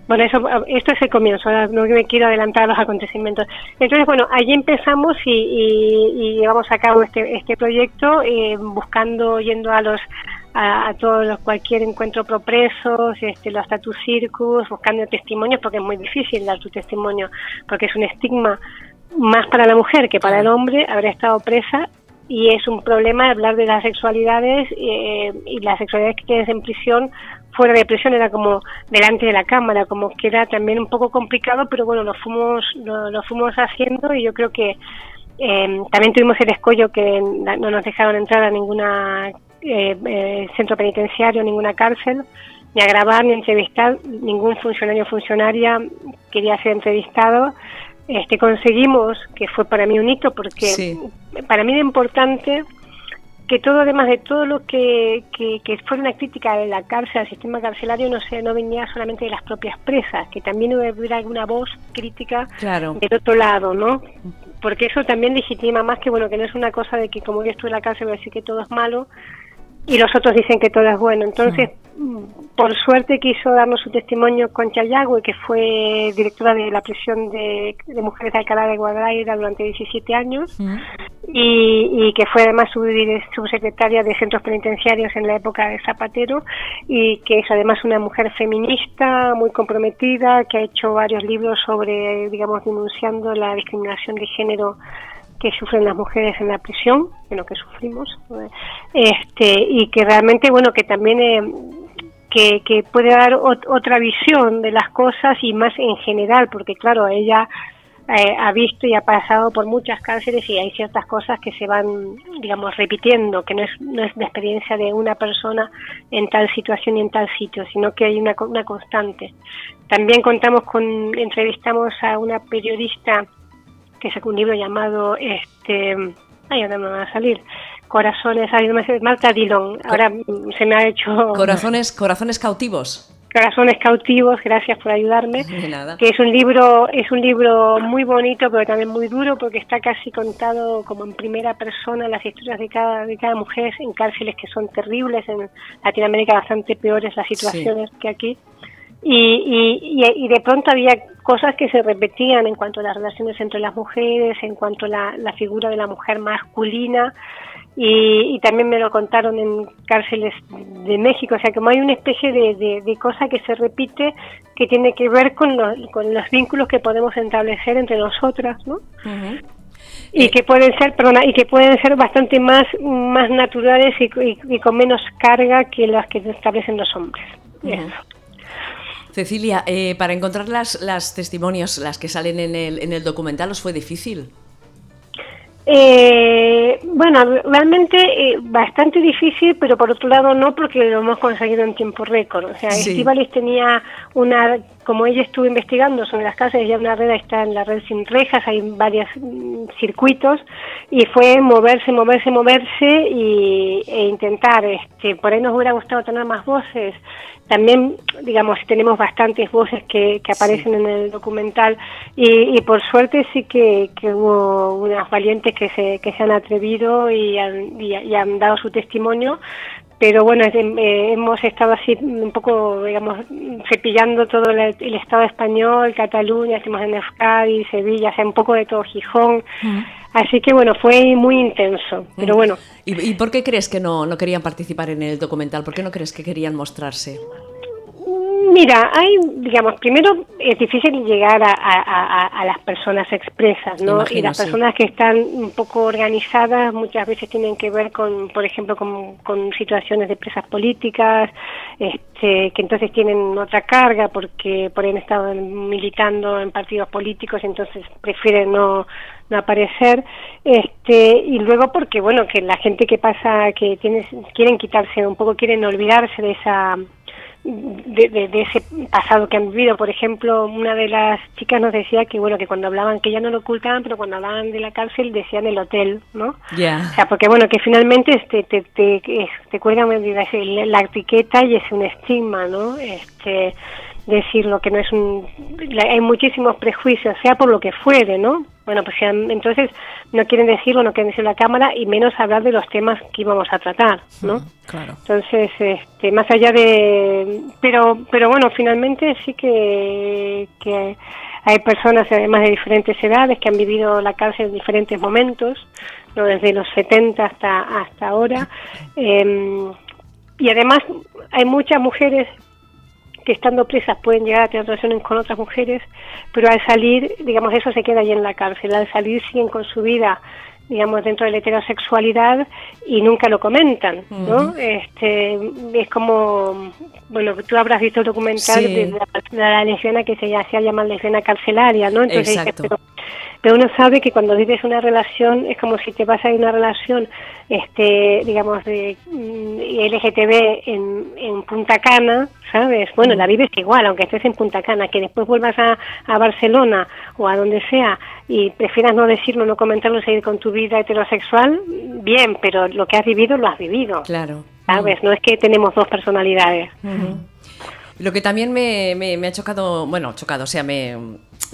Speaker 4: Bueno, eso, esto es el comienzo, no me quiero adelantar a los acontecimientos. Entonces, bueno, allí empezamos y, y, y llevamos a cabo este, este proyecto eh, buscando, yendo a los a, a, todos los cualquier encuentro pro presos, este, los status circus, buscando testimonios, porque es muy difícil dar tu testimonio, porque es un estigma más para la mujer que para el hombre haber estado presa y es un problema hablar de las sexualidades eh, y las sexualidades que tienes en prisión fuera de prisión era como delante de la cámara como que era también un poco complicado pero bueno lo fuimos lo, lo fuimos haciendo y yo creo que eh, también tuvimos el escollo que no nos dejaron entrar a ninguna eh, eh, centro penitenciario, ninguna cárcel, ni a grabar, ni a entrevistar, ningún funcionario o funcionaria quería ser entrevistado. Este, conseguimos, que fue para mí un hito, porque sí. para mí era importante que todo, además de todo lo que, que, que fuera una crítica de la cárcel, al sistema carcelario, no sé, no venía solamente de las propias presas, que también hubiera alguna voz crítica
Speaker 1: claro.
Speaker 4: del otro lado, ¿no? Porque eso también legitima más que, bueno, que no es una cosa de que como yo estuve en la cárcel voy a decir que todo es malo, y los otros dicen que todo es bueno. Entonces, sí. por suerte quiso darnos su testimonio Concha Yagüe, que fue directora de la prisión de, de mujeres de Alcalá de Guadaira durante 17 años sí. y, y, que fue además subsecretaria de centros penitenciarios en la época de Zapatero y que es además una mujer feminista muy comprometida, que ha hecho varios libros sobre, digamos, denunciando la discriminación de género que sufren las mujeres en la prisión, en lo que sufrimos, este, y que realmente, bueno, que también eh, que, que, puede dar ot otra visión de las cosas y más en general, porque claro, ella eh, ha visto y ha pasado por muchas cárceles y hay ciertas cosas que se van, digamos, repitiendo, que no es, no es la experiencia de una persona en tal situación y en tal sitio, sino que hay una, una constante. También contamos con, entrevistamos a una periodista que sacó un libro llamado este ay ahora no me va a salir corazones ay no me sé, Marta Dillon ahora se me ha hecho
Speaker 1: corazones corazones cautivos
Speaker 4: Corazones cautivos, gracias por ayudarme.
Speaker 1: De nada.
Speaker 4: Que es un libro, es un libro muy bonito, pero también muy duro, porque está casi contado como en primera persona las historias de cada de cada mujer en cárceles que son terribles en Latinoamérica, bastante peores las situaciones sí. que aquí. Y, y, y, de pronto había cosas que se repetían en cuanto a las relaciones entre las mujeres, en cuanto a la, la figura de la mujer masculina, y, y, también me lo contaron en cárceles de México, o sea, como hay una especie de, de, de cosa que se repite que tiene que ver con los, con los vínculos que podemos establecer entre nosotras, ¿no? Uh -huh y que pueden ser perdona, y que pueden ser bastante más más naturales y, y con menos carga que las que establecen los hombres uh -huh. Eso.
Speaker 1: Cecilia, eh, para encontrar las, las, testimonios, las que salen en el, en el documental, ¿os fue difícil?
Speaker 4: Eh, bueno, realmente eh, bastante difícil, pero por otro lado no, porque lo hemos conseguido en tiempo récord. O sea, sí. Estivalis tenía una, como ella estuvo investigando sobre las casas, ya una red está en la red sin rejas, hay varios mm, circuitos, y fue moverse, moverse, moverse y, e intentar. Este, por ahí nos hubiera gustado tener más voces. También, digamos, tenemos bastantes voces que, que aparecen sí. en el documental, y, y, por suerte sí que, que hubo unas valientes que se, que se han atrevido y han, y, y han dado su testimonio. Pero bueno, es, eh, hemos estado así un poco, digamos, cepillando todo el, el Estado español, Cataluña, estamos en Euskadi, Sevilla, o sea, un poco de todo Gijón. Uh -huh. Así que bueno, fue muy intenso, pero bueno.
Speaker 1: ¿Y, ¿Y, por qué crees que no, no querían participar en el documental? ¿Por qué no crees que querían mostrarse?
Speaker 4: Mira, hay, digamos, primero es difícil llegar a, a, a, a las personas expresas, ¿no?
Speaker 1: Imagino,
Speaker 4: y las
Speaker 1: sí.
Speaker 4: personas que están un poco organizadas muchas veces tienen que ver con, por ejemplo, con, con situaciones de presas políticas, este, que entonces tienen otra carga porque por ahí han estado militando en partidos políticos, entonces prefieren no no aparecer este y luego porque bueno que la gente que pasa que tiene, quieren quitarse un poco quieren olvidarse de esa de, de- de ese pasado que han vivido. Por ejemplo, una de las chicas nos decía que bueno que cuando hablaban que ya no lo ocultaban, pero cuando hablaban de la cárcel decían el hotel, ¿no?
Speaker 1: Ya.
Speaker 4: O sea, porque bueno, que finalmente este, te, te, eh, te cuelgan la la etiqueta y es un estigma, ¿no? Este, decir lo que no es un... la- Hay muchísimos prejuicios, sea por lo que fuere, ¿no? Bueno, pues ya, entonces no quieren decirlo, no quieren decirlo a la cámara y menos hablar de los temas que íbamos a tratar, ¿no?
Speaker 2: Claro.
Speaker 4: Entonces, este, más allá de, pero, pero bueno, finalmente sí que, que hay personas además de diferentes edades que han vivido la cárcel en diferentes momentos, no desde los 70 hasta hasta ahora, Em, y además hay muchas mujeres que estando presas pueden llegar a tener relaciones con otras mujeres, pero al salir, digamos, eso se queda ahí en la cárcel, al salir siguen con su vida, digamos, dentro de la heterosexualidad y nunca lo comentan, ¿no? este, es como, bueno, tú habrás visto el documental
Speaker 1: Sí.
Speaker 4: de la, de la lesbiana que se hacía llamar lesbiana carcelaria, ¿no? Entonces dices,
Speaker 1: Exacto.
Speaker 4: pero pero uno sabe que cuando vives una relación es como si te vas a una relación este digamos de mm, LGTB en, en Punta Cana sabes bueno la vives igual aunque estés en Punta Cana que después vuelvas a, a Barcelona o a donde sea y prefieras no decirlo no comentarlo seguir con tu vida heterosexual bien pero lo que has vivido lo has vivido
Speaker 1: Claro.
Speaker 4: sabes no es que tenemos dos personalidades
Speaker 1: Lo que también me, me- me ha chocado, bueno, chocado, o sea, me...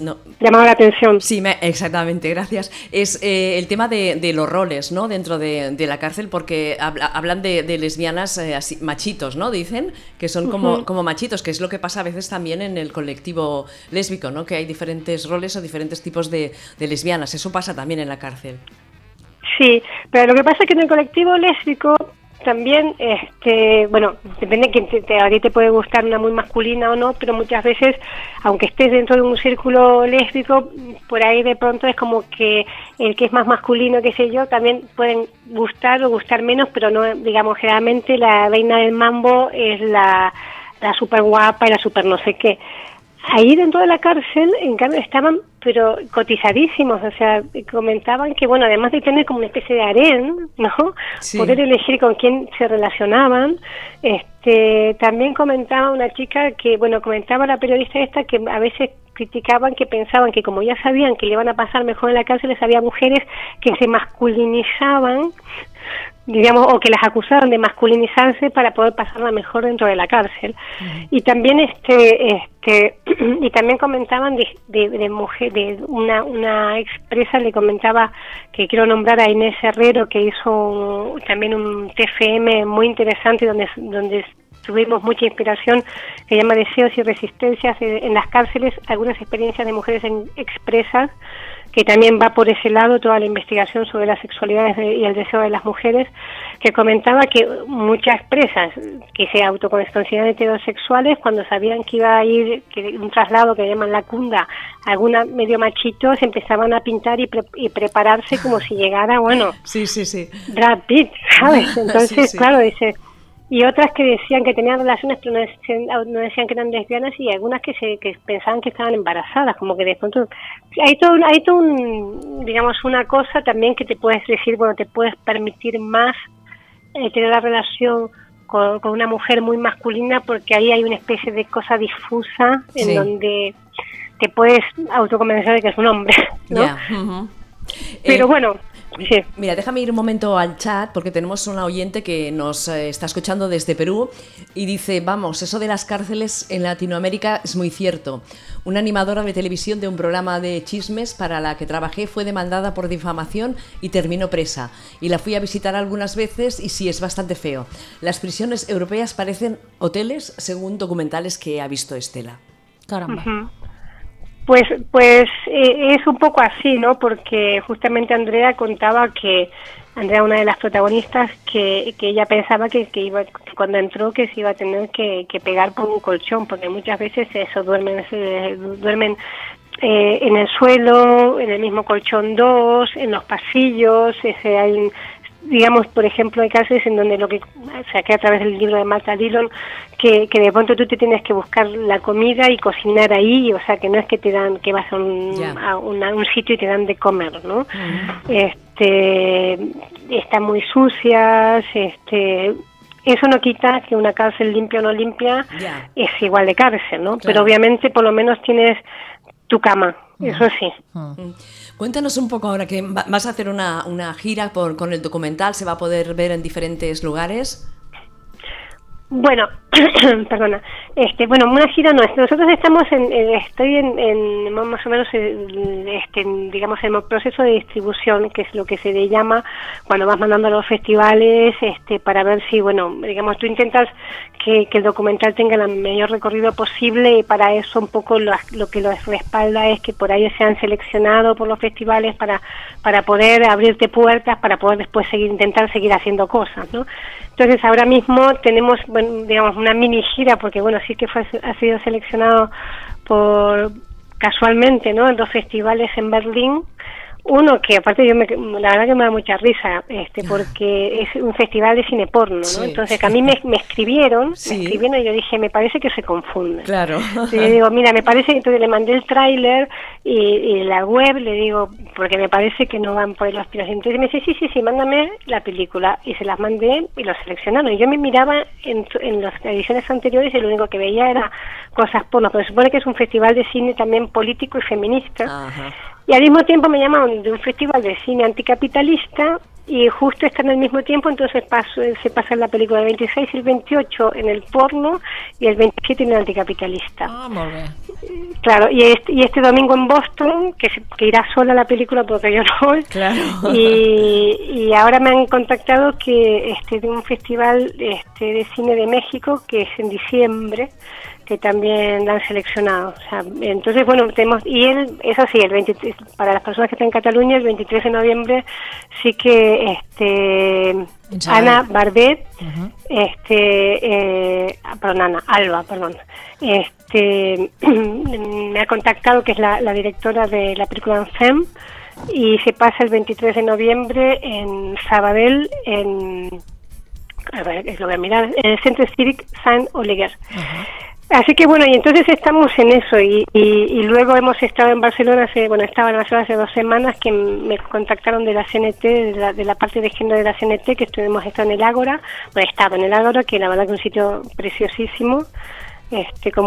Speaker 1: No,
Speaker 4: llamado la atención
Speaker 1: Sí, me- exactamente, gracias. Es eh, el tema de, de los roles, ¿no? Dentro de, de la cárcel, porque habla- hablan de, de lesbianas eh, así, machitos, ¿no? Dicen que son como, como machitos, que es lo que pasa a veces también en el colectivo lésbico, ¿no? Que hay diferentes roles o diferentes tipos de, de lesbianas. Eso pasa también en la cárcel.
Speaker 4: Sí, pero lo que pasa es que en el colectivo lésbico también, este, bueno, depende de quién te, te- a ti te puede gustar una muy masculina o no, pero muchas veces, aunque estés dentro de un círculo lésbico, por ahí de pronto es como que el que es más masculino, qué sé yo, también pueden gustar o gustar menos, pero no, digamos, generalmente la reina del mambo es la, la super guapa y la super no sé qué. Ahí dentro de la cárcel, en cambio, estaban pero cotizadísimos, o sea, comentaban que, bueno, además de tener como una especie de harén, ¿no?
Speaker 1: Sí.
Speaker 4: Poder elegir con quién se relacionaban, este, también comentaba una chica que, bueno, comentaba la periodista esta que a veces criticaban que pensaban que como ya sabían que le iban a pasar mejor en la cárcel, les había mujeres que se masculinizaban, digamos, o que las acusaron de masculinizarse para poder pasarla mejor dentro de la cárcel. Y también este, este, y también comentaban de, de, de mujer, de una, una expresa le comentaba que quiero nombrar a Inés Herrero que hizo un- también un TFM muy interesante donde donde tuvimos mucha inspiración que llama Deseos y Resistencias eh, en las cárceles, algunas experiencias de mujeres en- expresas que también va por ese lado toda la investigación sobre las sexualidades de- y el deseo de las mujeres, que comentaba que muchas presas que se autoconsideraban heterosexuales, cuando sabían que iba a ir que un traslado que llaman la cunda, alguna medio machito, se empezaban a pintar y, pre- y prepararse como si llegara, bueno,
Speaker 1: Sí, sí, sí.
Speaker 4: Brad Pitt, ¿sabes? Entonces,
Speaker 1: Sí, sí.
Speaker 4: claro, dice. Y otras que decían que tenían relaciones, pero no decían, no decían que eran lesbianas, y algunas que, se, que pensaban que estaban embarazadas, como que de pronto. Hay todo, un- hay todo un, digamos, una cosa también que te puedes decir, bueno, te puedes permitir más eh, tener la relación con, con una mujer muy masculina, porque ahí hay una especie de cosa difusa en
Speaker 1: Sí.
Speaker 4: donde te puedes autoconvencer de que es un hombre, ¿no?
Speaker 1: Ya, ujú.
Speaker 4: Pero
Speaker 1: Eh,
Speaker 4: bueno, sí.
Speaker 1: Mira, déjame ir un momento al chat porque tenemos una oyente que nos eh, está escuchando desde Perú y dice, vamos, eso de las cárceles en Latinoamérica es muy cierto. Una animadora de televisión de un programa de chismes para la que trabajé fue demandada por difamación y terminó presa. Y la fui a visitar algunas veces y sí, es bastante feo. Las prisiones europeas parecen hoteles según documentales que ha visto Estela.
Speaker 2: Caramba.
Speaker 4: Ujú. Pues, pues eh, es un poco así, ¿no? Porque justamente Andrea contaba que Andrea, una de las protagonistas, que, que ella pensaba que, que iba, que cuando entró que se iba a tener que, que pegar por un colchón, porque muchas veces eso duermen, se- duermen eh, en el suelo, en el mismo colchón dos, en los pasillos, ese, hay un- digamos, por ejemplo, hay casos en donde lo que saqué a través del libro de Marta Dillon, que, que de pronto tú te tienes que buscar la comida y cocinar ahí, o sea, que no es que te dan, que vas a un,
Speaker 1: Ya.
Speaker 4: a una- un sitio y te dan de comer, ¿no? Este, están muy sucias, este, eso no quita que una cárcel limpia o no limpia,
Speaker 1: Ya.
Speaker 4: es igual de cárcel, ¿no?
Speaker 1: Claro.
Speaker 4: Pero obviamente por lo menos tienes tu cama, eso sí.
Speaker 1: Cuéntanos un poco ahora que va- vas a hacer una, una gira por- con el documental, se va a poder ver en diferentes lugares.
Speaker 4: Bueno, perdona. Este, bueno, una gira no. Nosotros estamos en, en- estoy en, en más o menos, en- este, en, digamos, en el proceso de distribución, que es lo que se le llama cuando vas mandando a los festivales, este, para ver si, bueno, digamos, tú intentas que, que el documental tenga el mayor recorrido posible y para eso un poco lo, lo que lo respalda es que por ahí se han seleccionado por los festivales para para poder abrirte puertas, para poder después seguir intentar seguir haciendo cosas, ¿no? Entonces ahora mismo tenemos, bueno, digamos, una mini gira, porque bueno, sí que fue, ha sido seleccionado por casualmente, ¿no? En dos festivales en Berlín. Uno que aparte yo me, la verdad que me da mucha risa, este, porque es un festival de cine porno, ¿no?
Speaker 1: Ah. Sí.
Speaker 4: Entonces que a mí me, me escribieron,
Speaker 1: Sí.
Speaker 4: me escribieron y yo dije, me parece que se confunden.
Speaker 1: Claro.
Speaker 4: Entonces yo digo, mira, me parece, entonces le mandé el tráiler y, y la web, le digo, porque me parece que no van por ahí los pinos. Entonces me dice, sí, sí, sí, mándame la película. Y se las mandé y los seleccionaron. Y yo me miraba en, tu- en las ediciones anteriores y lo único que veía era cosas porno. Pero se supone que es un festival de cine también político y feminista.
Speaker 1: Ajá.
Speaker 4: Y al mismo tiempo me llamaron de un festival de cine anticapitalista y justo están al mismo tiempo, entonces paso, se pasa la película el 26 y el 28 en el porno y el 27 en el anticapitalista.
Speaker 2: Ah, molt bé.
Speaker 4: Claro, y este, y este domingo en Boston, que, se- que irá sola la película porque yo no voy.
Speaker 1: Claro.
Speaker 4: Y, y ahora me han contactado que este de un festival este de cine de México que es en diciembre que también la han seleccionado. O sea, entonces bueno tenemos y él eso sí el 23 para las personas que están en Cataluña el 23 de noviembre sí que este
Speaker 2: Isabel.
Speaker 4: Ana Bardet este eh, perdón Ana Alba perdón este me ha contactado que es la, la directora de la película Fem y se pasa el 23 de noviembre en Sabadell en a ver, es lo voy a mirar en el Centro Cívic San Oleguer Así que bueno, y entonces estamos en eso y, y, y luego hemos estado en Barcelona, hace, bueno, estaba en Barcelona hace dos semanas que me contactaron de la CNT, de la, de la parte de género de la CNT, que estuvimos estado en el Ágora, bueno, he estado en el Ágora, que la verdad que es un sitio preciosísimo, este, con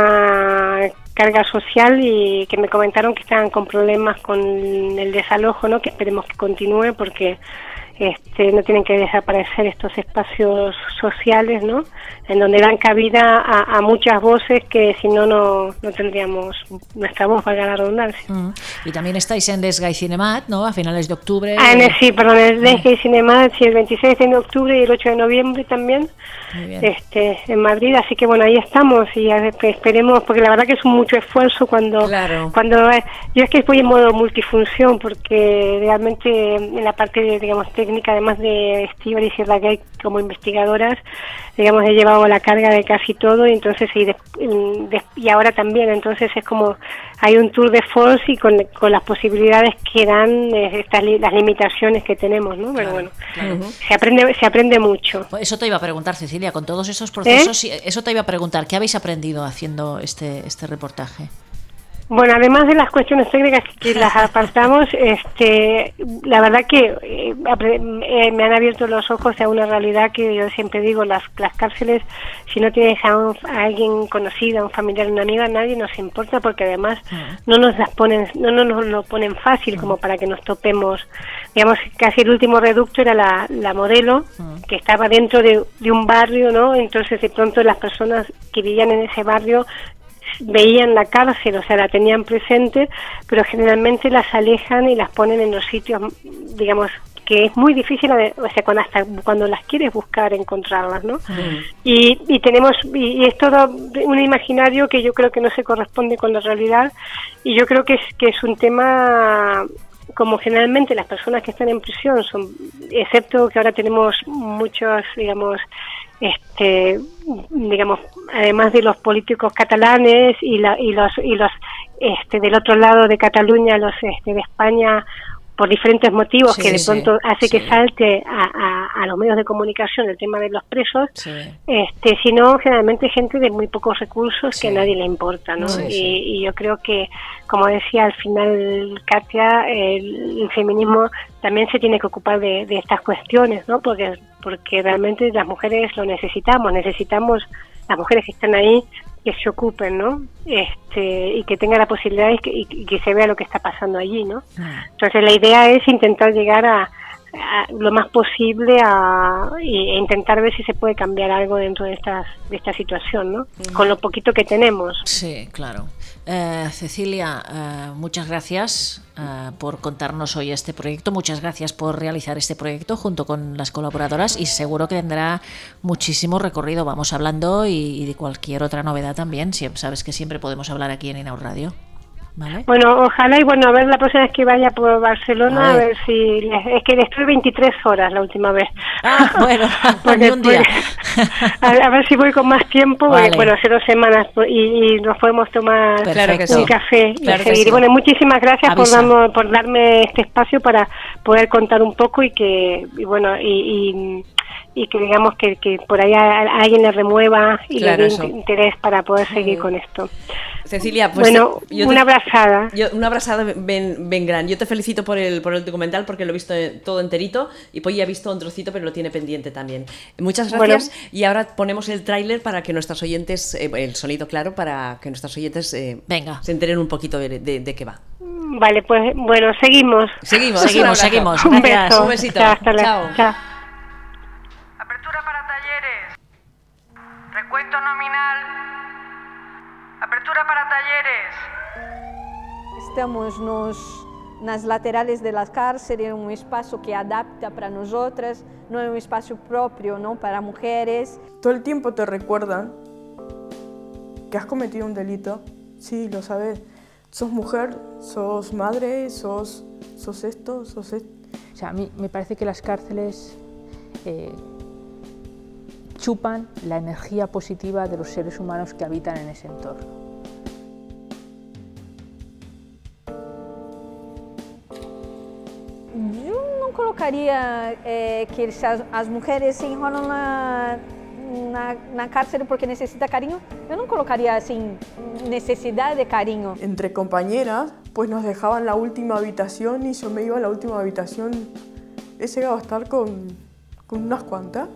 Speaker 4: muchísima carga social y que me comentaron que estaban con problemas con el desalojo, ¿no? Que esperemos que continúe porque este, no tienen que desaparecer estos espacios sociales, ¿no? En donde dan cabida a, a muchas voces que si no, no, no tendríamos nuestra voz, valga la redundancia.
Speaker 2: Mm. I també estáis en Les Gai Cinemat, no? A finales de octubre. Mm.
Speaker 4: Ah, en el, sí, perdón, el DG Cinema, sí, el 26 de octubre y el 8 de noviembre también,
Speaker 2: Muy bien.
Speaker 4: este, en Madrid, así que bueno, ahí estamos y a- esperemos, porque la verdad que es mucho esfuerzo cuando,
Speaker 1: Claro.
Speaker 4: cuando eh, yo es que voy en modo multifunción, porque realmente en la parte, de, digamos, técnica, además de Estival y Sierra Gay como investigadoras, digamos, he llevado la carga de casi todo y entonces, y, des- mm, des- y ahora también, entonces es como, hay un tour de force y con, con las posibilidades que dan eh, estas li- las limitaciones que tenemos, ¿no? Pero bueno, se aprende, se aprende mucho.
Speaker 2: Pues Eso te iba a preguntar, Cecilia, con todos esos procesos, sí, eso te iba a preguntar, ¿qué habéis aprendido haciendo este, este reportaje?
Speaker 4: Bueno, además de las cuestiones técnicas que las apartamos, este, la verdad que eh, apre- eh, me han abierto los ojos a una realidad que yo siempre digo, las, las cárceles, si no tienes a, un- a alguien conocido, a un familiar, una amiga, nadie nos importa porque además no nos las ponen, no, no nos lo ponen fácil como para que nos topemos. Digamos, casi el último reducto era la, la modelo, que estaba dentro de, de un barrio, ¿no? Entonces de pronto las personas que vivían en ese barrio veían la cárcel, o sea, la tenían presente, pero generalmente las alejan y las ponen en los sitios, digamos, que es muy difícil, o sea, cuando, hasta cuando las quieres buscar, encontrarlas, ¿no? Mm. Y, y, tenemos, y, y, es todo un imaginario que yo creo que no se corresponde con la realidad y yo creo que es, que es un tema como generalmente las personas que están en prisión son, excepto que ahora tenemos muchos, digamos, este, digamos, además de los políticos catalanes y, la, y los, y los este, del otro lado de Cataluña, los este, de España, por diferentes motivos sí, que de pronto sí, hace sí. que salte a, a, a, los medios de comunicación el tema de los presos, este, sino generalmente gente de muy pocos recursos que a nadie le importa, ¿no? Y, y, yo creo que, como decía al final Katia, el, el feminismo también se tiene que ocupar de, de, estas cuestiones, ¿no? Porque porque realmente las mujeres lo necesitamos, necesitamos las mujeres que están ahí que se ocupen, ¿no? Este, y que tengan la posibilidad y que, y que, se vea lo que está pasando allí, ¿no?
Speaker 2: Ah,
Speaker 4: Entonces la idea es intentar llegar a, a lo más posible a, e intentar ver si se puede cambiar algo dentro de, estas, de esta situación, ¿no? Con lo poquito que tenemos.
Speaker 2: Sí, claro. Eh, Cecilia, eh, muchas gracias eh, por contarnos hoy este proyecto, muchas gracias por realizar este proyecto junto con las colaboradoras y seguro que tendrá muchísimo recorrido. Vamos hablando y, y de cualquier otra novedad también, si, sabes que siempre podemos hablar aquí en Inaud Radio. ¿Vale?
Speaker 4: Bueno, ojalá y bueno, a ver la próxima vez que vaya por Barcelona, a ver, a ver si... Les, es que estuve 23 horas la última vez.
Speaker 2: Ah, bueno, porque un día.
Speaker 4: a, pues, a, ver si voy con más tiempo, vale. bueno, hace dos semanas y, y nos podemos tomar Perfecto. un café claro y seguir. Sí. Bueno, muchísimas gracias por, darnos, por, darme este espacio para poder contar un poco y que, y bueno, y, y y que digamos que, que por ahí a, a, alguien le remueva y claro, le dé eso. interés para poder seguir con esto.
Speaker 1: Cecilia, pues
Speaker 4: bueno, yo una abrazada.
Speaker 1: Yo, una abrazada ben, ben, gran. Yo te felicito por el, por el documental porque lo he visto eh, todo enterito y Polly ha visto un trocito pero lo tiene pendiente también. Muchas gracias bueno. y ahora ponemos el tráiler para que nuestros oyentes, eh, el sonido claro, para que nuestros oyentes eh,
Speaker 2: Venga.
Speaker 1: se enteren un poquito de, de, de, qué va.
Speaker 4: Vale, pues bueno, seguimos.
Speaker 1: Seguimos,
Speaker 2: seguimos, seguimos.
Speaker 4: Un, beso.
Speaker 1: un besito. Chao,
Speaker 4: hasta
Speaker 1: Chao.
Speaker 4: Chao.
Speaker 5: Recuento nominal. Apertura para talleres.
Speaker 6: Estamos nos, nas laterais da cárcere, é um espaço que adapta para nós outras, não é um espaço próprio, não para mulheres.
Speaker 7: Todo el tiempo te recuerdan que has cometido un delito. Sí, lo sabes. Sos mujer, sos madre, sos, sos esto, sos esto.
Speaker 8: O sea, a mí me parece que las cárceles eh, chupan la energía positiva de los seres humanos que habitan en ese entorno.
Speaker 6: Eu não colocaria é, que as, as mulheres se enrolam na, na, na cárcere porque necessita carinho. Eu não colocaria assim necessidade de carinho.
Speaker 7: Entre compañeras, pues nos dejaban la última habitación y yo me iba a la última habitación. He llegado a estar con, con unas cuantas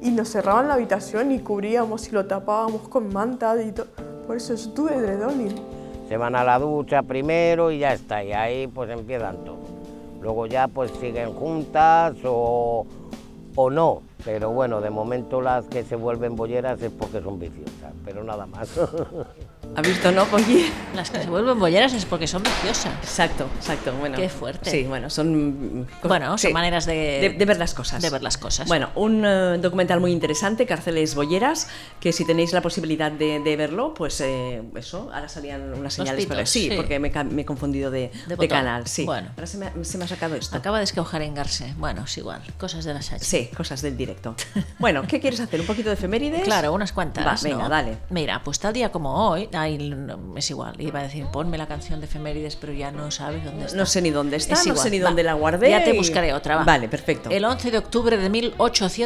Speaker 7: y nos cerraban la habitación y cubríamos y lo tapábamos con manta y todo. Por eso yo tuve edredón.
Speaker 9: Se van a la ducha primero y ya está, y ahí pues empiezan todo. Luego ya pues siguen juntas o, o no, pero bueno, de momento las que se vuelven bolleras es porque son viciosas, pero nada más.
Speaker 1: ¿Ha visto, no, Polly?
Speaker 2: Las que se vuelven bolleras es porque son viciosas.
Speaker 1: Exacto, exacto. Bueno,
Speaker 2: Qué fuerte.
Speaker 1: Sí, bueno, son,
Speaker 2: bueno, son sí, maneras de,
Speaker 1: de, de, ver las cosas.
Speaker 2: Eh, De ver las cosas.
Speaker 1: Bueno, un uh, documental muy interesante, Cárceles Bolleras, que si tenéis la posibilidad de, de verlo, pues eh, eso, ahora salían unas señales.
Speaker 2: Pitos, pero,
Speaker 1: sí, sí, porque me, me he confundido de, canal. Sí.
Speaker 2: Bueno.
Speaker 1: Ahora se me, se me, ha sacado esto.
Speaker 2: Acaba de escaujarengarse. Bueno, es igual. Cosas de las H.
Speaker 1: Sí, cosas del directo. bueno, ¿qué quieres hacer? ¿Un poquito de efemérides?
Speaker 2: Claro, unas cuantas.
Speaker 1: Va, venga,
Speaker 2: ¿no?
Speaker 1: dale.
Speaker 2: Mira, pues tal día como hoy, Ay, es igual, iba a decir, ponme la canción de efemérides, pero ya no sabes dónde está.
Speaker 1: No sé ni dónde está, es no igual. sé ni dónde va, la guardé.
Speaker 2: Ya te buscaré otra, va.
Speaker 1: Vale, perfecto.
Speaker 2: El 11 de octubre de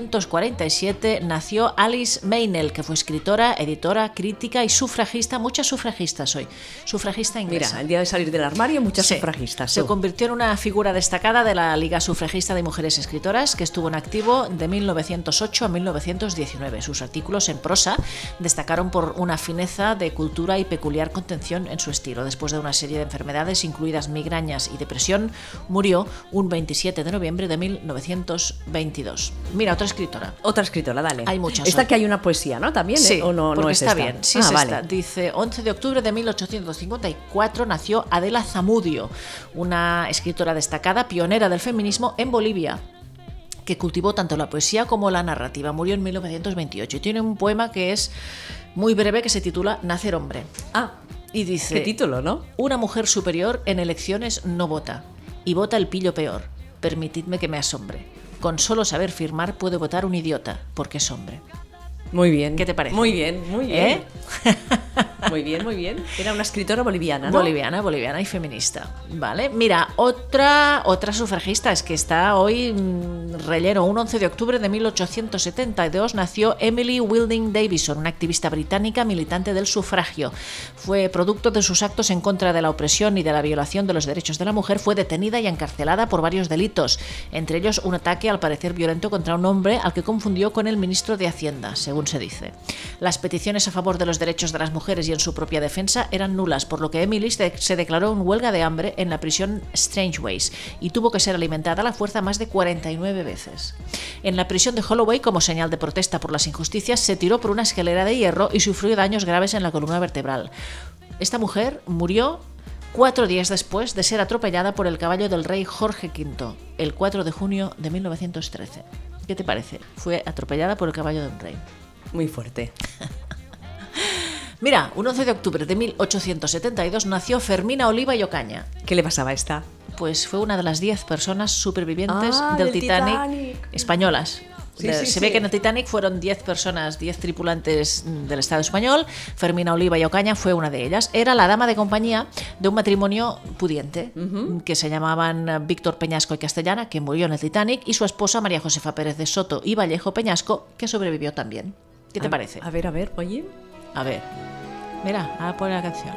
Speaker 2: 1847 nació Alice Meynell, que fue escritora, editora, crítica y sufragista, muchas sufragistas hoy, sufragista inglesa.
Speaker 1: Mira, el día de salir del armario, muchas sí. sufragistas.
Speaker 2: Se tú. convirtió en una figura destacada de la Liga Sufragista de Mujeres Escritoras, que estuvo en activo de 1908 a 1919. Sus artículos en prosa destacaron por una fineza de cultura dura y peculiar contención en su estilo. Después de una serie de enfermedades, incluidas migrañas y depresión, murió un 27 de noviembre de 1922. Mira, otra escritora.
Speaker 1: Otra escritora, dale.
Speaker 2: Hay muchas.
Speaker 1: Esta que hay una poesía, ¿no? También, ¿eh?
Speaker 2: Sí,
Speaker 1: ¿O no, no
Speaker 2: porque
Speaker 1: es
Speaker 2: está
Speaker 1: esta?
Speaker 2: bien. Sí,
Speaker 1: Ah,
Speaker 2: es
Speaker 1: vale.
Speaker 2: esta. Dice, 11 de octubre de 1854 nació Adela Zamudio, una escritora destacada, pionera del feminismo en Bolivia que cultivó tanto la poesía como la narrativa. Murió en 1928 y tiene un poema que es muy breve que se titula Nacer hombre.
Speaker 1: Ah,
Speaker 2: Y dice,
Speaker 1: qué título, ¿no?
Speaker 2: una mujer superior en elecciones no vota y vota el pillo peor. Permitidme que me asombre. Con solo saber firmar puede votar un idiota porque es hombre.
Speaker 1: Muy bien.
Speaker 2: ¿Qué te parece?
Speaker 1: Muy bien, muy bien.
Speaker 2: ¿Eh?
Speaker 1: Muy bien, muy bien. Era una escritora boliviana, ¿no?
Speaker 2: Boliviana, boliviana y feminista. Vale, mira, otra, otra sufragista es que está hoy mm, relleno. Un 11 de octubre de 1872 nació Emily Wilding Davison, una activista británica militante del sufragio. Fue producto de sus actos en contra de la opresión y de la violación de los derechos de la mujer. Fue detenida y encarcelada por varios delitos, entre ellos un ataque al parecer violento contra un hombre al que confundió con el ministro de Hacienda, según se dice. Las peticiones a favor de los derechos de las mujeres y en su propia defensa eran nulas, por lo que Emily se se declaró en huelga de hambre en la prisión Strangeways y tuvo que ser alimentada a la fuerza más de 49 veces. En la prisión de Holloway, como señal de protesta por las injusticias, se tiró por una escalera de hierro y sufrió daños graves en la columna vertebral. Esta mujer murió cuatro días después de ser atropellada por el caballo del rey Jorge V, el 4 de junio de 1913. ¿Qué te parece? Fue atropellada por el caballo de un rey.
Speaker 1: Muy fuerte.
Speaker 2: Mira, un 11 de octubre de 1872 nació Fermina Oliva y Ocaña.
Speaker 1: ¿Qué le pasaba a esta?
Speaker 2: Pues fue una de las 10 personas supervivientes
Speaker 7: Ah,
Speaker 2: del
Speaker 7: del
Speaker 2: Titanic,
Speaker 7: Titanic.
Speaker 2: españolas.
Speaker 1: Sí,
Speaker 2: De-
Speaker 1: sí,
Speaker 2: se
Speaker 1: sí.
Speaker 2: ve que en el Titanic fueron 10 personas, 10 tripulantes mm, del Estado español. Fermina Oliva y Ocaña fue una de ellas. Era la dama de compañía de un matrimonio pudiente mm, que se llamaban eh, Víctor Peñasco y Castellana, que murió en el Titanic, y su esposa María Josefa Pérez de Soto y Vallejo Peñasco, que sobrevivió también. ¿Qué te
Speaker 1: A-
Speaker 2: parece?
Speaker 1: A ver, a ver, oye.
Speaker 2: A ver. Mira, ahora pone la canción.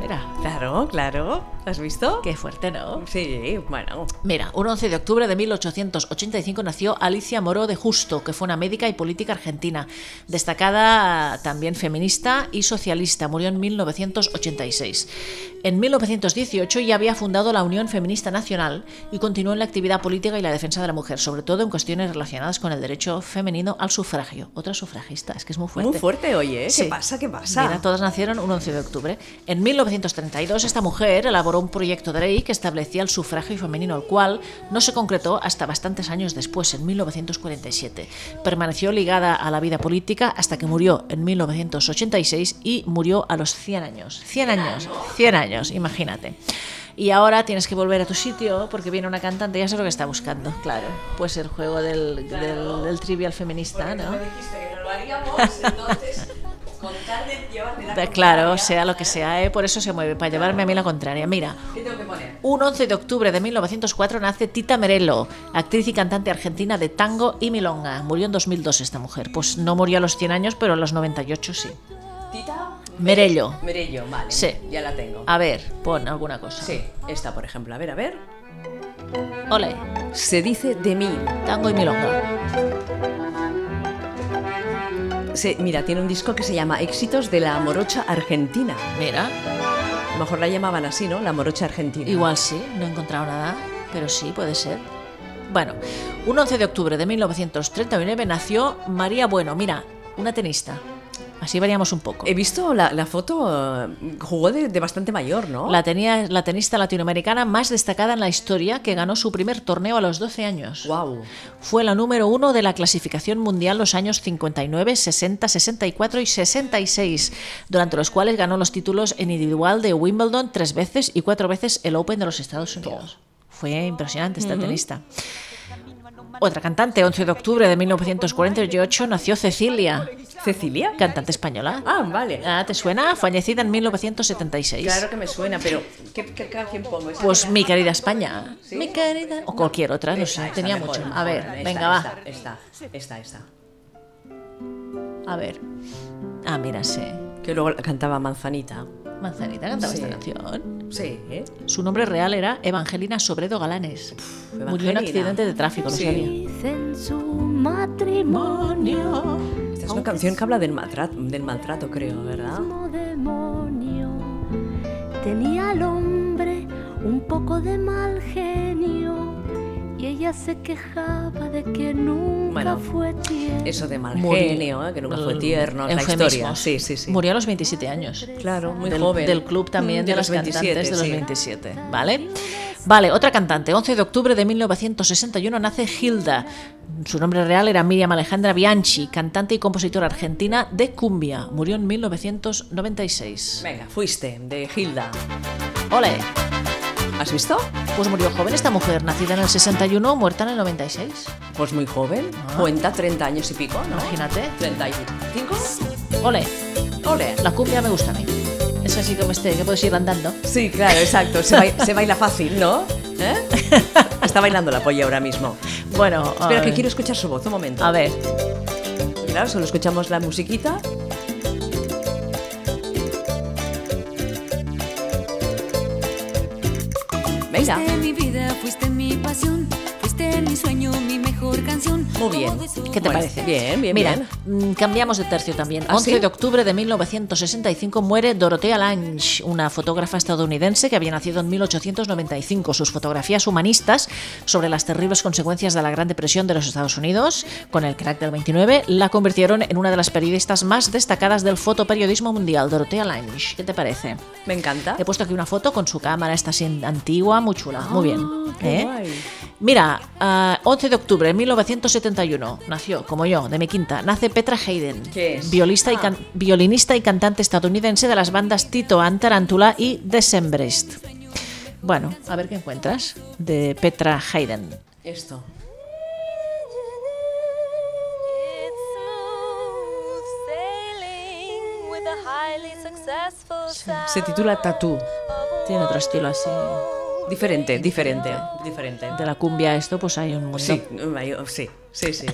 Speaker 2: Mira,
Speaker 1: Claro, claro. ¿La has visto?
Speaker 2: qué fuerte, ¿no?
Speaker 1: Sí, bueno.
Speaker 2: Mira, un 11 de octubre de 1885 nació Alicia Moro de Justo, que fue una médica y política argentina, destacada también feminista y socialista. Murió en 1986. En 1918 ya había fundado la Unión Feminista Nacional y continuó en la actividad política y la defensa de la mujer, sobre todo en cuestiones relacionadas con el derecho femenino al sufragio. Otra sufragista, es que es muy fuerte.
Speaker 1: Muy fuerte, oye. ¿eh?
Speaker 2: Sí.
Speaker 1: ¿Qué pasa? ¿Qué pasa?
Speaker 2: Mira, todas nacieron un 11 de octubre. En 1932, esta mujer elaboró un proyecto de ley que establecía el sufragio femenino, el cual no se concretó hasta bastantes años después, en 1947. Permaneció ligada a la vida política hasta que murió en 1986 y murió a los 100 años. 100 años, 100 años, imagínate. Y ahora tienes que volver a tu sitio porque viene una cantante, ya sé lo que está buscando, claro. Pues el juego del, del- del trivial feminista, ¿no?
Speaker 1: dijiste que no lo haríamos, entonces, con tal de llevarme
Speaker 2: Da- Claro, sea lo que sea, ¿eh? por eso se mueve, para llevarme a mí la contraria. Mira,
Speaker 1: ¿Qué tengo que poner?
Speaker 2: un 11 de octubre de 1904 nace Tita Merello, actriz y cantante argentina de tango y milonga. Murió en 2002 esta mujer. Pues no murió a los 100 años, pero a los 98 sí.
Speaker 1: Tita
Speaker 2: Merello.
Speaker 1: Merello, vale.
Speaker 2: Sí.
Speaker 1: Ya la tengo.
Speaker 2: A ver, pon alguna cosa.
Speaker 1: Sí, esta, por ejemplo. A ver, a ver.
Speaker 2: Ole,
Speaker 1: Se dice de mí.
Speaker 2: tango y milonga.
Speaker 1: Se- mira, tiene un disco que se llama Éxitos de la Morocha Argentina.
Speaker 2: Mira,
Speaker 1: A lo mejor la llamaban así, ¿no? La Morocha Argentina.
Speaker 2: igual sí, no he encontrado nada, pero sí, puede ser. Bueno, un 11 de octubre de 1939 nació María Bueno. Mira, una tenista. Así variamos un poco.
Speaker 1: He visto la, la foto, eh, jugó de, de bastante mayor, ¿no?
Speaker 2: La, tenía, la tenista latinoamericana más destacada en la historia que ganó su primer torneo a los 12 años.
Speaker 1: Guau.
Speaker 2: Fue la número uno de la clasificación mundial los años 59, 60, 64 y 66, durante los cuales ganó los títulos en individual de Wimbledon tres veces y cuatro veces el Open de los Estados Unidos. Fue impresionante esta tenista. Otra cantante, 11 de octubre de 1948, nació Cecilia,
Speaker 1: ¿Cecilia?
Speaker 2: cantante española.
Speaker 1: Ah, vale.
Speaker 2: Ah, ¿Te suena? Fallecida en 1976.
Speaker 1: Claro que me suena, pero ¿qué, qué canción pongo? ¿Esa?
Speaker 2: Pues mi querida España. Mi querida. O cualquier otra, no sé.
Speaker 1: Esta,
Speaker 2: Tenía
Speaker 1: mejor,
Speaker 2: mucho.
Speaker 1: mejor.
Speaker 2: A ver,
Speaker 1: Esta,
Speaker 2: venga, va.
Speaker 1: Esta, esta, esta, esta.
Speaker 2: A ver. Ah, mira, sí.
Speaker 1: Que luego la cantaba Manzanita.
Speaker 2: Manzanita cantaba
Speaker 1: Sí.
Speaker 2: esta canción.
Speaker 1: Sí, ¿eh?
Speaker 2: Su nombre real era Evangelina Sobredo Galanes. Murió en
Speaker 1: Evangelina.
Speaker 2: accidente de tráfico, lo
Speaker 1: Sí.
Speaker 2: sabía.
Speaker 3: Dicen su
Speaker 6: matrimonio.
Speaker 1: Esta es una canción que habla del maltrato, del maltrato creo, ¿verdad?
Speaker 10: demonio. Tenía al hombre un poco de mal genio y ella se quejaba de que nunca
Speaker 1: Bueno,
Speaker 10: fue tierna.
Speaker 1: Eso de mal
Speaker 2: Murió.
Speaker 1: genio, ¿eh? que nunca fue
Speaker 2: Mm,
Speaker 1: tierno, es la
Speaker 2: eufemismos.
Speaker 1: historia. Sí, sí, sí.
Speaker 2: Murió a los 27 años.
Speaker 1: Claro, muy
Speaker 2: del,
Speaker 1: joven.
Speaker 2: Del club también,
Speaker 1: Mm,
Speaker 2: de,
Speaker 1: de
Speaker 2: los
Speaker 1: los
Speaker 2: cantantes de los
Speaker 1: 27,
Speaker 2: 27, ¿vale? Vale, otra cantante. 11 de octubre de 1961 nace Hilda. Su nombre real era Miriam Alejandra Bianchi, cantante y compositora argentina de cumbia. Murió en 1996.
Speaker 1: Venga, fuiste, de Hilda.
Speaker 2: ¡Ole!
Speaker 1: ¿Has visto?
Speaker 2: Pues murió joven esta mujer, nacida en el 61, muerta en el 96.
Speaker 1: Pues muy joven.
Speaker 2: Ah.
Speaker 1: Cuenta 30 años y pico, ¿no?
Speaker 2: Imagínate.
Speaker 1: 35.
Speaker 2: ¡Ole!
Speaker 1: Ole.
Speaker 2: La cumbia me gusta a mí. Es así como este, que puedes ir andando.
Speaker 1: Sí, claro, exacto. Se, bai- se baila fácil, ¿no? ¿Eh? Está bailando la polla ahora mismo.
Speaker 2: Bueno, a
Speaker 1: Espera, que
Speaker 2: ver.
Speaker 1: quiero escuchar su voz un momento.
Speaker 2: A ver,
Speaker 1: Claro, solo escuchamos la musiquita. Venga.
Speaker 11: Fuiste mi vida, fuiste mi pasión, fuiste mi sueño, mi mejor canción.
Speaker 1: Muy bien.
Speaker 2: ¿Qué te
Speaker 1: Bueno,
Speaker 2: parece?
Speaker 1: Bien, bien,
Speaker 2: Mira,
Speaker 1: bien.
Speaker 2: mm, cambiamos de tercio también.
Speaker 1: ¿Ah,
Speaker 2: 11
Speaker 1: sí?
Speaker 2: de octubre de 1965 muere Dorothea Lange, una fotógrafa estadounidense que había nacido en 1895. Sus fotografías humanistas sobre las terribles consecuencias de la Gran Depresión de los Estados Unidos, con el crack del 29, la convirtieron en una de las periodistas más destacadas del fotoperiodismo mundial, Dorothea Lange. ¿Qué te parece?
Speaker 1: Me encanta.
Speaker 2: He puesto aquí una foto con su cámara, está así antigua, muy chula, muy bien.
Speaker 1: Ah, qué
Speaker 2: ¿eh?
Speaker 1: guay.
Speaker 2: Mira, ah, 11 de octubre de 1971 nació, como yo, de mi quinta, nace Petra Hayden,
Speaker 1: ¿Qué es?
Speaker 2: Violista y
Speaker 1: Ah.
Speaker 2: can- violinista y cantante estadounidense de las bandas Tito and Tarántula y Decembrist. Bueno, a ver qué encuentras de Petra Hayden.
Speaker 1: Esto. Se titula Tatú.
Speaker 2: Tiene otro estilo así.
Speaker 1: Diferente, diferente, diferente.
Speaker 2: De la cumbia, esto pues hay un mundo.
Speaker 1: Sí, eh, sí, sí, sí.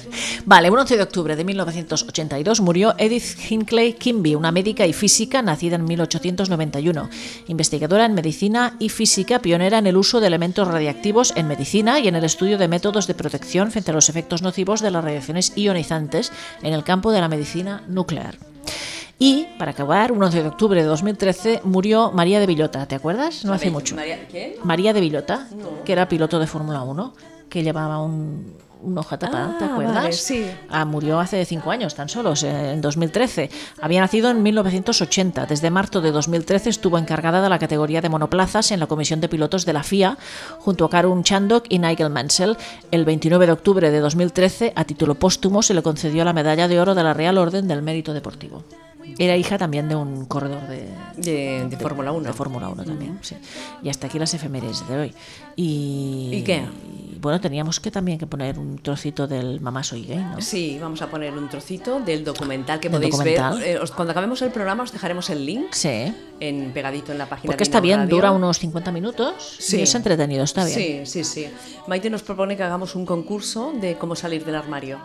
Speaker 2: Vale, un 11 de octubre de 1982 murió Edith Hinckley Kimby, una médica y física nacida en 1891, investigadora en medicina y física pionera en el uso de elementos radiactivos en medicina y en el estudio de métodos de protección frente a los efectos nocivos de las radiaciones ionizantes en el campo de la medicina nuclear. Y, para acabar, un 11 de octubre de 2013 murió María de Villota, ¿te acuerdas? No hace
Speaker 1: María-
Speaker 2: mucho.
Speaker 1: María- ¿quién?
Speaker 2: María de Villota, que era piloto de Fórmula 1, que llevaba un, un hoja tapada, ¿te
Speaker 1: Ah,
Speaker 2: acuerdas?
Speaker 1: vale, sí.
Speaker 2: Ah, murió hace cinco años, tan solos, en 2013. Había nacido en 1980. Desde marzo de 2013 estuvo encargada de la categoría de monoplazas en la Comisión de Pilotos de la FIA, junto a Karun Chandok y Nigel Mansell. El 29 de octubre de 2013, a título póstumo, se le concedió la medalla de oro de la Real Orden del Mérito Deportivo. Era hija también de un corredor de,
Speaker 1: De, de Fórmula 1.
Speaker 2: de Fórmula 1 también, sí. Y hasta aquí las efemérides de hoy. Y,
Speaker 1: ¿Y qué?
Speaker 2: y, bueno, teníamos que también que poner un trocito del Mamá Soy Gay, ¿no?
Speaker 1: Sí, vamos a poner un trocito del documental que
Speaker 2: Del
Speaker 1: podéis
Speaker 2: documental.
Speaker 1: ver. Eh, os- cuando acabemos el programa os dejaremos el link
Speaker 2: Sí.
Speaker 1: en, pegadito en la página.
Speaker 2: Porque
Speaker 1: de
Speaker 2: está
Speaker 1: Inau
Speaker 2: bien,
Speaker 1: Radio.
Speaker 2: dura unos 50 minutos
Speaker 1: Sí.
Speaker 2: y es entretenido, está
Speaker 1: Sí,
Speaker 2: bien.
Speaker 1: sí, sí. Maite nos propone que hagamos un concurso de cómo salir del armario.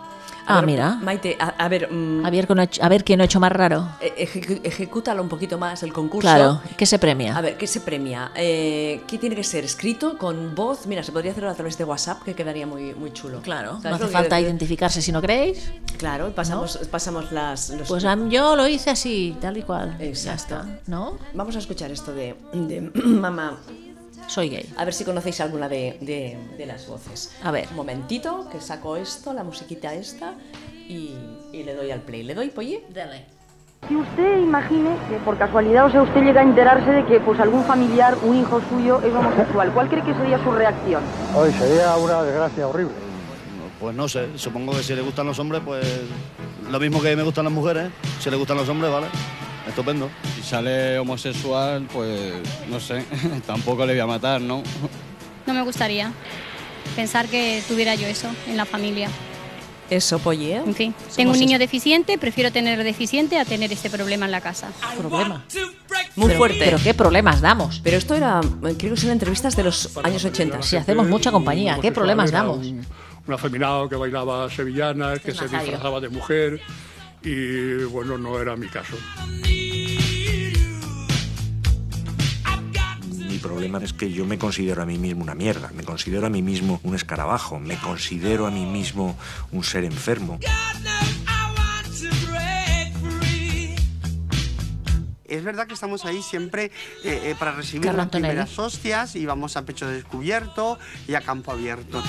Speaker 2: Ah, mira.
Speaker 1: Maite, a, a ver, mm,
Speaker 2: A, ver, con- a ver quién ha hecho más raro.
Speaker 1: e- ejecu- ejecútalo un poquito más el concurso.
Speaker 2: Claro, que se premia.
Speaker 1: A ver, ¿qué se premia? Eh, ¿Qué tiene que ser? ¿Escrito? ¿Con voz? Mira, se podría hacerlo a través de WhatsApp, que quedaría muy, muy chulo.
Speaker 2: claro, no
Speaker 1: ¿Sabes
Speaker 2: hace
Speaker 1: lo que
Speaker 2: falta
Speaker 1: quiero decir?
Speaker 2: identificarse si no creéis.
Speaker 1: Claro, pasamos, pasamos las... los-
Speaker 2: Pues a mí- yo lo hice así, tal y cual.
Speaker 1: Exacto.
Speaker 2: Ya está, ¿no?
Speaker 1: Vamos a escuchar esto de, de Mamá.
Speaker 2: Soy gay.
Speaker 1: A ver si conocéis alguna de, de- de las voces.
Speaker 2: A ver.
Speaker 1: Un momentito, que saco esto, la musiquita esta, y, y le doy al play. ¿Le doy, Polly?
Speaker 2: Dale.
Speaker 12: Que usted imagine que por casualidad, o sea, usted llega a enterarse de que pues algún familiar, un hijo suyo, es homosexual. ¿Cuál cree que sería su reacción?
Speaker 13: Hoy sería una desgracia horrible.
Speaker 14: Pues no sé, supongo que si le gustan los hombres, pues lo mismo que me gustan las mujeres, si le gustan los hombres, vale. Estupendo.
Speaker 15: Si sale homosexual, pues no sé, tampoco le voy a matar, ¿no?
Speaker 16: No me gustaría pensar que tuviera yo eso en la familia.
Speaker 1: Eso, Polly, ¿eh?
Speaker 16: En fin, tengo un niño deficiente, prefiero tener deficiente a tener este problema en la casa.
Speaker 2: Problema.
Speaker 1: Muy
Speaker 2: Pero-
Speaker 1: fuerte.
Speaker 2: Pero qué problemas damos.
Speaker 1: Pero esto era, eh, creo que son entrevistas de los años 80.
Speaker 2: Si hacemos mucha compañía, ¿qué problemas
Speaker 17: Era
Speaker 2: damos?
Speaker 17: Un, un afeminado que bailaba sevillanas, que
Speaker 2: es
Speaker 17: se
Speaker 2: Nazario.
Speaker 17: disfrazaba de mujer y bueno, no era mi caso.
Speaker 14: Mi
Speaker 18: problema es que yo me considero a mí mismo una mierda, me considero a mí mismo un escarabajo, me considero a mí mismo un ser enfermo.
Speaker 7: Es verdad que estamos ahí siempre eh, eh, para recibir
Speaker 3: Carlo
Speaker 7: las
Speaker 3: Antonelli.
Speaker 7: primeras hostias y vamos a pecho descubierto y a campo abierto.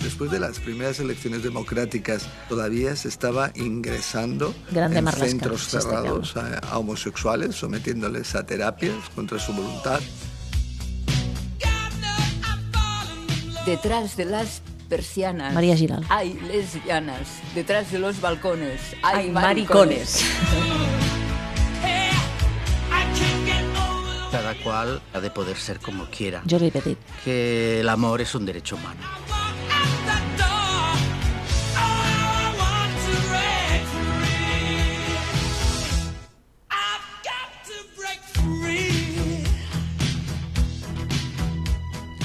Speaker 19: Después de las primeras elecciones democráticas, todavía se estaba ingresando
Speaker 3: Grande
Speaker 19: en
Speaker 3: Marlaska,
Speaker 19: centros
Speaker 3: sí, está
Speaker 19: cerrados a, a homosexuales, sometiéndoles a terapias contra su voluntad.
Speaker 20: Detrás de las persianas
Speaker 3: María Giral.
Speaker 20: hay lesbianas. Detrás de los balcones hay,
Speaker 1: Hay
Speaker 20: maricones.
Speaker 1: maricones.
Speaker 21: Cada cual ha de poder ser como quiera.
Speaker 3: Jordi Petit.
Speaker 21: Que el amor es un derecho humano.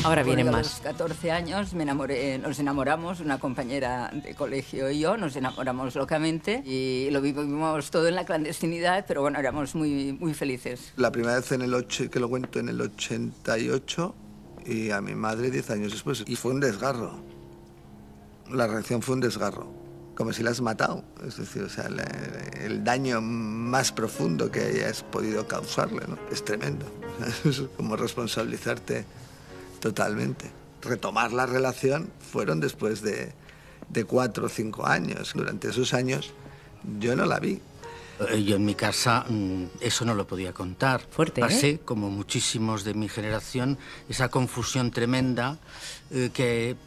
Speaker 1: Ahora
Speaker 20: Porque
Speaker 1: vienen
Speaker 20: a
Speaker 1: más.
Speaker 20: los 14 años me enamoré, nos enamoramos, una compañera de colegio y yo, nos enamoramos locamente y lo vivimos todo en la clandestinidad, pero bueno, éramos muy, muy felices.
Speaker 19: La primera vez en el ocho- que lo cuento en el 88 y a mi madre 10 años después. Y fue un desgarro. La reacción fue un desgarro. Como si la has matado. Es decir, o sea, la- el daño más profundo que hayas podido causarle. ¿no? Es tremendo. Es como responsabilizarte totalmente. Retomar la relación fueron después de, de cuatro o cinco años. Durante esos años yo no la vi.
Speaker 21: Eh, Yo en mi casa mm, eso no lo podía contar. Fuerte.
Speaker 19: ¿eh?
Speaker 21: Pasé, como muchísimos de mi generación, esa confusión tremenda eh, que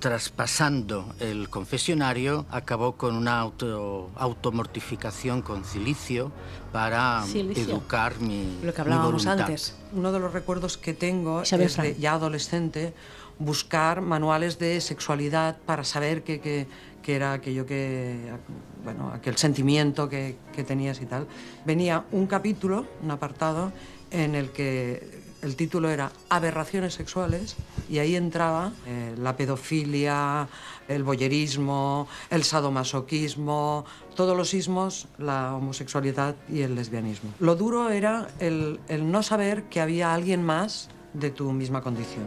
Speaker 21: traspasando el confesionario acabó con una auto, automortificación con cilicio para mm,
Speaker 1: Cilicio.
Speaker 21: educar mi
Speaker 22: Lo que
Speaker 21: mi
Speaker 1: hablábamos
Speaker 21: voluntad.
Speaker 2: Uno de los recuerdos que tengo
Speaker 21: Isabel
Speaker 2: es de
Speaker 21: Frank.
Speaker 2: ya adolescente buscar manuales de sexualidad para saber qué qué- qué era aquello que, bueno, aquel sentimiento que, que tenías y tal. Venía un capítulo, un apartado, en el que el título era Aberraciones sexuales y ahí entraba eh, la pedofilia, el boyerismo, el sadomasoquismo, todos los ismos, la homosexualidad y el lesbianismo. Lo duro era el, el no saber que había alguien más de tu misma condición.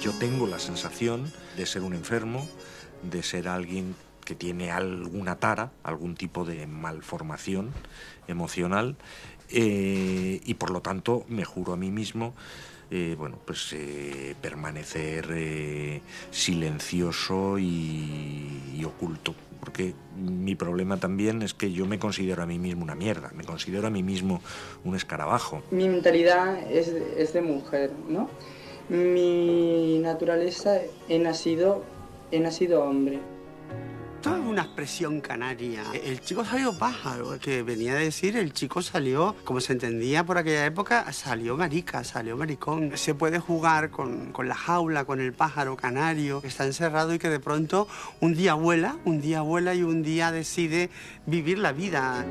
Speaker 18: Yo tengo la sensación de ser un enfermo, de ser alguien que tiene alguna tara, algún tipo de malformación emocional eh, y por lo tanto me juro a mí mismo eh, bueno, pues eh, permanecer eh, silencioso y, y oculto. Porque mi problema también es que yo me considero a mí mismo una mierda, me considero a mí mismo un escarabajo.
Speaker 23: Mi mentalidad es, es de mujer, ¿no? Mi naturaleza, he nacido, he nacido hombre.
Speaker 7: Esto es una expresión canaria. El chico salió pájaro, que venía a decir el chico salió, como Pues se entendía por aquella época, salió marica, salió maricón. Se puede jugar con, con la jaula, con el pájaro canario que está encerrado y que de pronto un día vuela, un día vuela y un día decide vivir la vida.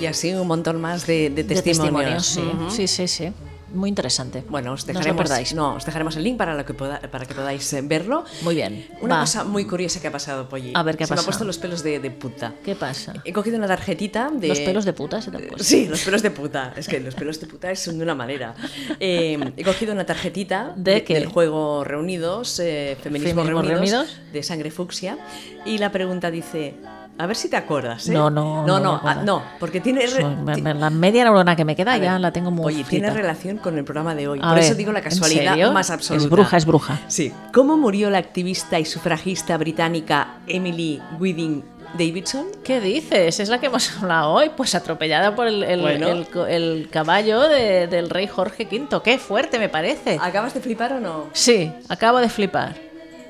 Speaker 1: Y así un montón más de, de testimonios.
Speaker 3: testimonios, sí.
Speaker 1: Ujú.
Speaker 3: sí, sí, sí. Muy interesante.
Speaker 1: Bueno, os
Speaker 3: No os lo
Speaker 1: dejaremos,
Speaker 3: perdáis.
Speaker 1: no, os dejaremos el link para, lo que poda- para que podáis eh, verlo.
Speaker 3: Muy bien.
Speaker 1: Una
Speaker 3: va.
Speaker 1: cosa muy curiosa que ha pasado, Polly.
Speaker 3: A ver, ¿qué ha
Speaker 1: Se me
Speaker 3: pasado?
Speaker 1: ha puesto los pelos de, de puta.
Speaker 3: ¿Qué pasa?
Speaker 1: He cogido una tarjetita de...
Speaker 3: ¿Los pelos de puta se te han puesto?
Speaker 1: Eh, Sí, los pelos de puta. Es que los pelos de puta son de una manera. Eh, he cogido una tarjetita
Speaker 3: ¿De qué?
Speaker 1: del juego Reunidos, eh, Feminismo,
Speaker 3: ¿Feminismo
Speaker 1: Reunidos,
Speaker 3: Reunidos?
Speaker 1: de Sangre Fucsia, y la pregunta dice... A ver si te acuerdas, ¿eh?
Speaker 3: No, no,
Speaker 1: No,
Speaker 3: no me
Speaker 1: no,
Speaker 3: acuerdo.
Speaker 1: ah, no, porque tiene... re-
Speaker 3: Soy- me- me- La media neurona que me queda
Speaker 1: A
Speaker 3: ya
Speaker 1: ver,
Speaker 3: la tengo muy
Speaker 1: Oye, tiene
Speaker 3: frita.
Speaker 1: relación con el programa de hoy.
Speaker 3: A
Speaker 1: Por eso
Speaker 3: ver,
Speaker 1: digo la
Speaker 3: ¿en
Speaker 1: casualidad
Speaker 3: serio?
Speaker 1: más absoluta.
Speaker 3: Es bruja, es bruja.
Speaker 1: Sí. ¿Cómo murió la activista y sufragista británica Emily Whidding Davidson?
Speaker 3: ¿Qué dices? Es la que hemos hablado hoy, pues atropellada por el, el-
Speaker 1: Bueno.
Speaker 3: el co- el caballo de- del rey Jorge V. Qué fuerte me parece.
Speaker 1: ¿Acabas de flipar o no?
Speaker 3: Sí, acabo de flipar.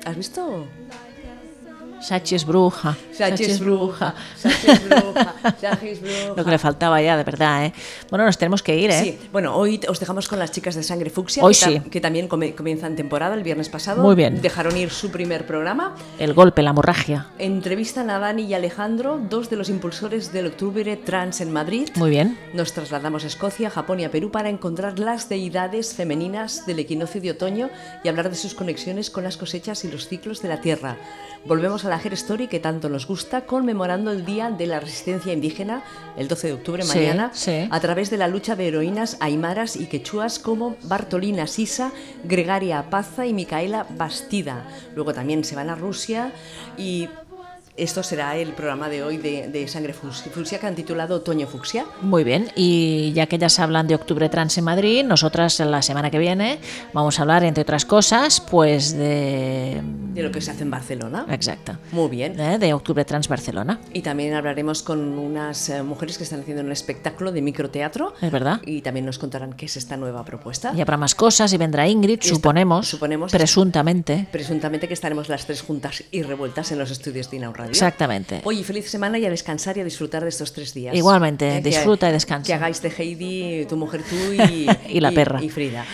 Speaker 1: ¿Has visto?
Speaker 3: Sachi es bruja.
Speaker 1: Sachi es bruja,
Speaker 3: Sachi es
Speaker 1: bruja. Sachi es bruja.
Speaker 3: Lo que le faltaba ya, de verdad, ¿eh? Bueno, nos tenemos que ir, ¿eh?
Speaker 1: Sí, bueno, hoy os dejamos con las chicas de Sangre Fucsia,
Speaker 3: Hoy
Speaker 1: que, ta-
Speaker 3: sí.
Speaker 1: que también come- comienzan temporada el viernes pasado.
Speaker 3: Muy bien.
Speaker 1: Dejaron ir su primer programa.
Speaker 3: El golpe, la hemorragia.
Speaker 1: Entrevistan a Dani y Alejandro, dos de los impulsores del Octubre Trans en Madrid.
Speaker 3: Muy bien.
Speaker 1: Nos trasladamos a Escocia, Japón y a Perú para encontrar las deidades femeninas del equinoccio de otoño y hablar de sus conexiones con las cosechas y los ciclos de la tierra. Volvemos a a la Hair Story que tanto nos gusta, conmemorando el Día de la Resistencia Indígena, el 12 de octubre,
Speaker 3: Sí,
Speaker 1: mañana,
Speaker 3: sí.
Speaker 1: a través de la lucha de heroínas aymaras y quechuas como Bartolina Sisa, Gregaria Paza y Micaela Bastida. Luego también se van a Rusia y esto será el programa de hoy de, de Sangre Fucsia Fucsia que han titulado Otoño Fucsia.
Speaker 3: Muy bien, y ya que ya se hablan de Octubre Trans en Madrid, nosotras la semana que viene vamos a hablar, entre otras cosas, pues de...
Speaker 1: De lo que se hace en Barcelona.
Speaker 3: Exacto.
Speaker 1: Muy bien.
Speaker 3: ¿eh? De Octubre Trans Barcelona.
Speaker 1: Y también hablaremos con unas eh, mujeres que están haciendo un espectáculo de microteatro.
Speaker 3: Es verdad.
Speaker 1: Y también nos contarán qué es esta nueva propuesta.
Speaker 3: Y habrá más cosas y vendrá Ingrid,
Speaker 1: esto-
Speaker 3: suponemos,
Speaker 1: suponemos-
Speaker 3: presuntamente.
Speaker 1: Presuntamente que estaremos las tres juntas y revueltas en los estudios de Inau Radio.
Speaker 3: Exactamente.
Speaker 1: Oye, feliz semana y a descansar y a disfrutar de estos tres días. Eh,
Speaker 3: Igualmente,
Speaker 1: Que-
Speaker 3: disfruta y descansa.
Speaker 1: Que hagáis de Heidi, tu mujer, tú y,
Speaker 3: Y la perra. Ah.
Speaker 1: Y Frida.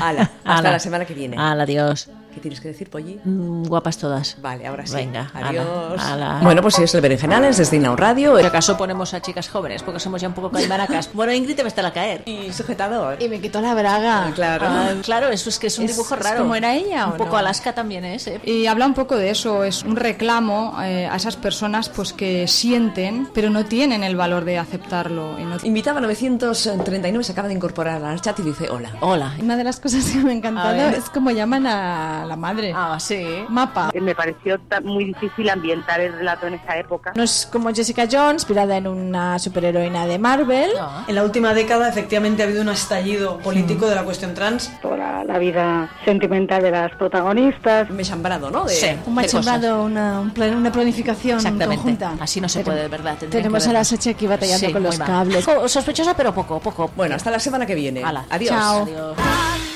Speaker 1: Hala, hasta
Speaker 3: Hala.
Speaker 1: la semana que viene.
Speaker 3: Hala, adiós.
Speaker 1: ¿Qué tienes que decir, Polly?
Speaker 3: Mm, Guapas todas.
Speaker 1: Vale, ahora sí.
Speaker 3: Venga, hala,
Speaker 1: Adiós.
Speaker 3: hala.
Speaker 1: Bueno, pues es el Berenjenales desde Inau Radio. eh,
Speaker 3: Si acaso ponemos a chicas jóvenes, porque somos ya un poco caimaracas. Bueno, Ingrid te va a estar a caer.
Speaker 1: Y sujetador.
Speaker 2: Y me quitó la braga.
Speaker 1: claro.
Speaker 3: Ah, claro, eso es que es un dibujo raro.
Speaker 2: como era ella,
Speaker 3: Un
Speaker 2: ¿o
Speaker 3: poco
Speaker 2: no?
Speaker 3: Alaska también es, ¿eh?
Speaker 2: Y habla un poco de eso, es un reclamo eh, a esas personas pues que sienten, pero no tienen el valor de aceptarlo. y no-
Speaker 1: Invitaba 939, se acaba de incorporar al chat y dice hola.
Speaker 3: Hola.
Speaker 2: Una de las cosas que me ha
Speaker 3: A
Speaker 2: encantado
Speaker 3: ver.
Speaker 2: es como llaman a la madre.
Speaker 3: Ah, sí.
Speaker 2: Mapa.
Speaker 4: Me pareció muy difícil ambientar el relato en esa época.
Speaker 2: No es como Jessica Jones, inspirada en una superheroína de Marvel.
Speaker 24: En la última década, efectivamente, ha habido un estallido
Speaker 1: Mm.
Speaker 24: político de la cuestión trans.
Speaker 4: Toda la vida sentimental de las protagonistas.
Speaker 1: Me chambrado, ¿no?
Speaker 3: Sí,
Speaker 2: Un
Speaker 3: de cosas.
Speaker 2: machembrado, una, un plan- una planificación
Speaker 3: Exactamente.
Speaker 2: conjunta.
Speaker 3: Así no se puede, de verdad. tendrían
Speaker 2: tenemos
Speaker 3: que
Speaker 2: a la
Speaker 3: vernos.
Speaker 2: Sachi aquí batallando
Speaker 3: Sí,
Speaker 2: con los
Speaker 3: muy mal.
Speaker 2: cables.
Speaker 3: Co- Sospechosa, pero poco, poco.
Speaker 1: Bueno, hasta la semana que viene.
Speaker 3: Hala.
Speaker 1: Adiós.
Speaker 2: Chao.
Speaker 3: Adiós.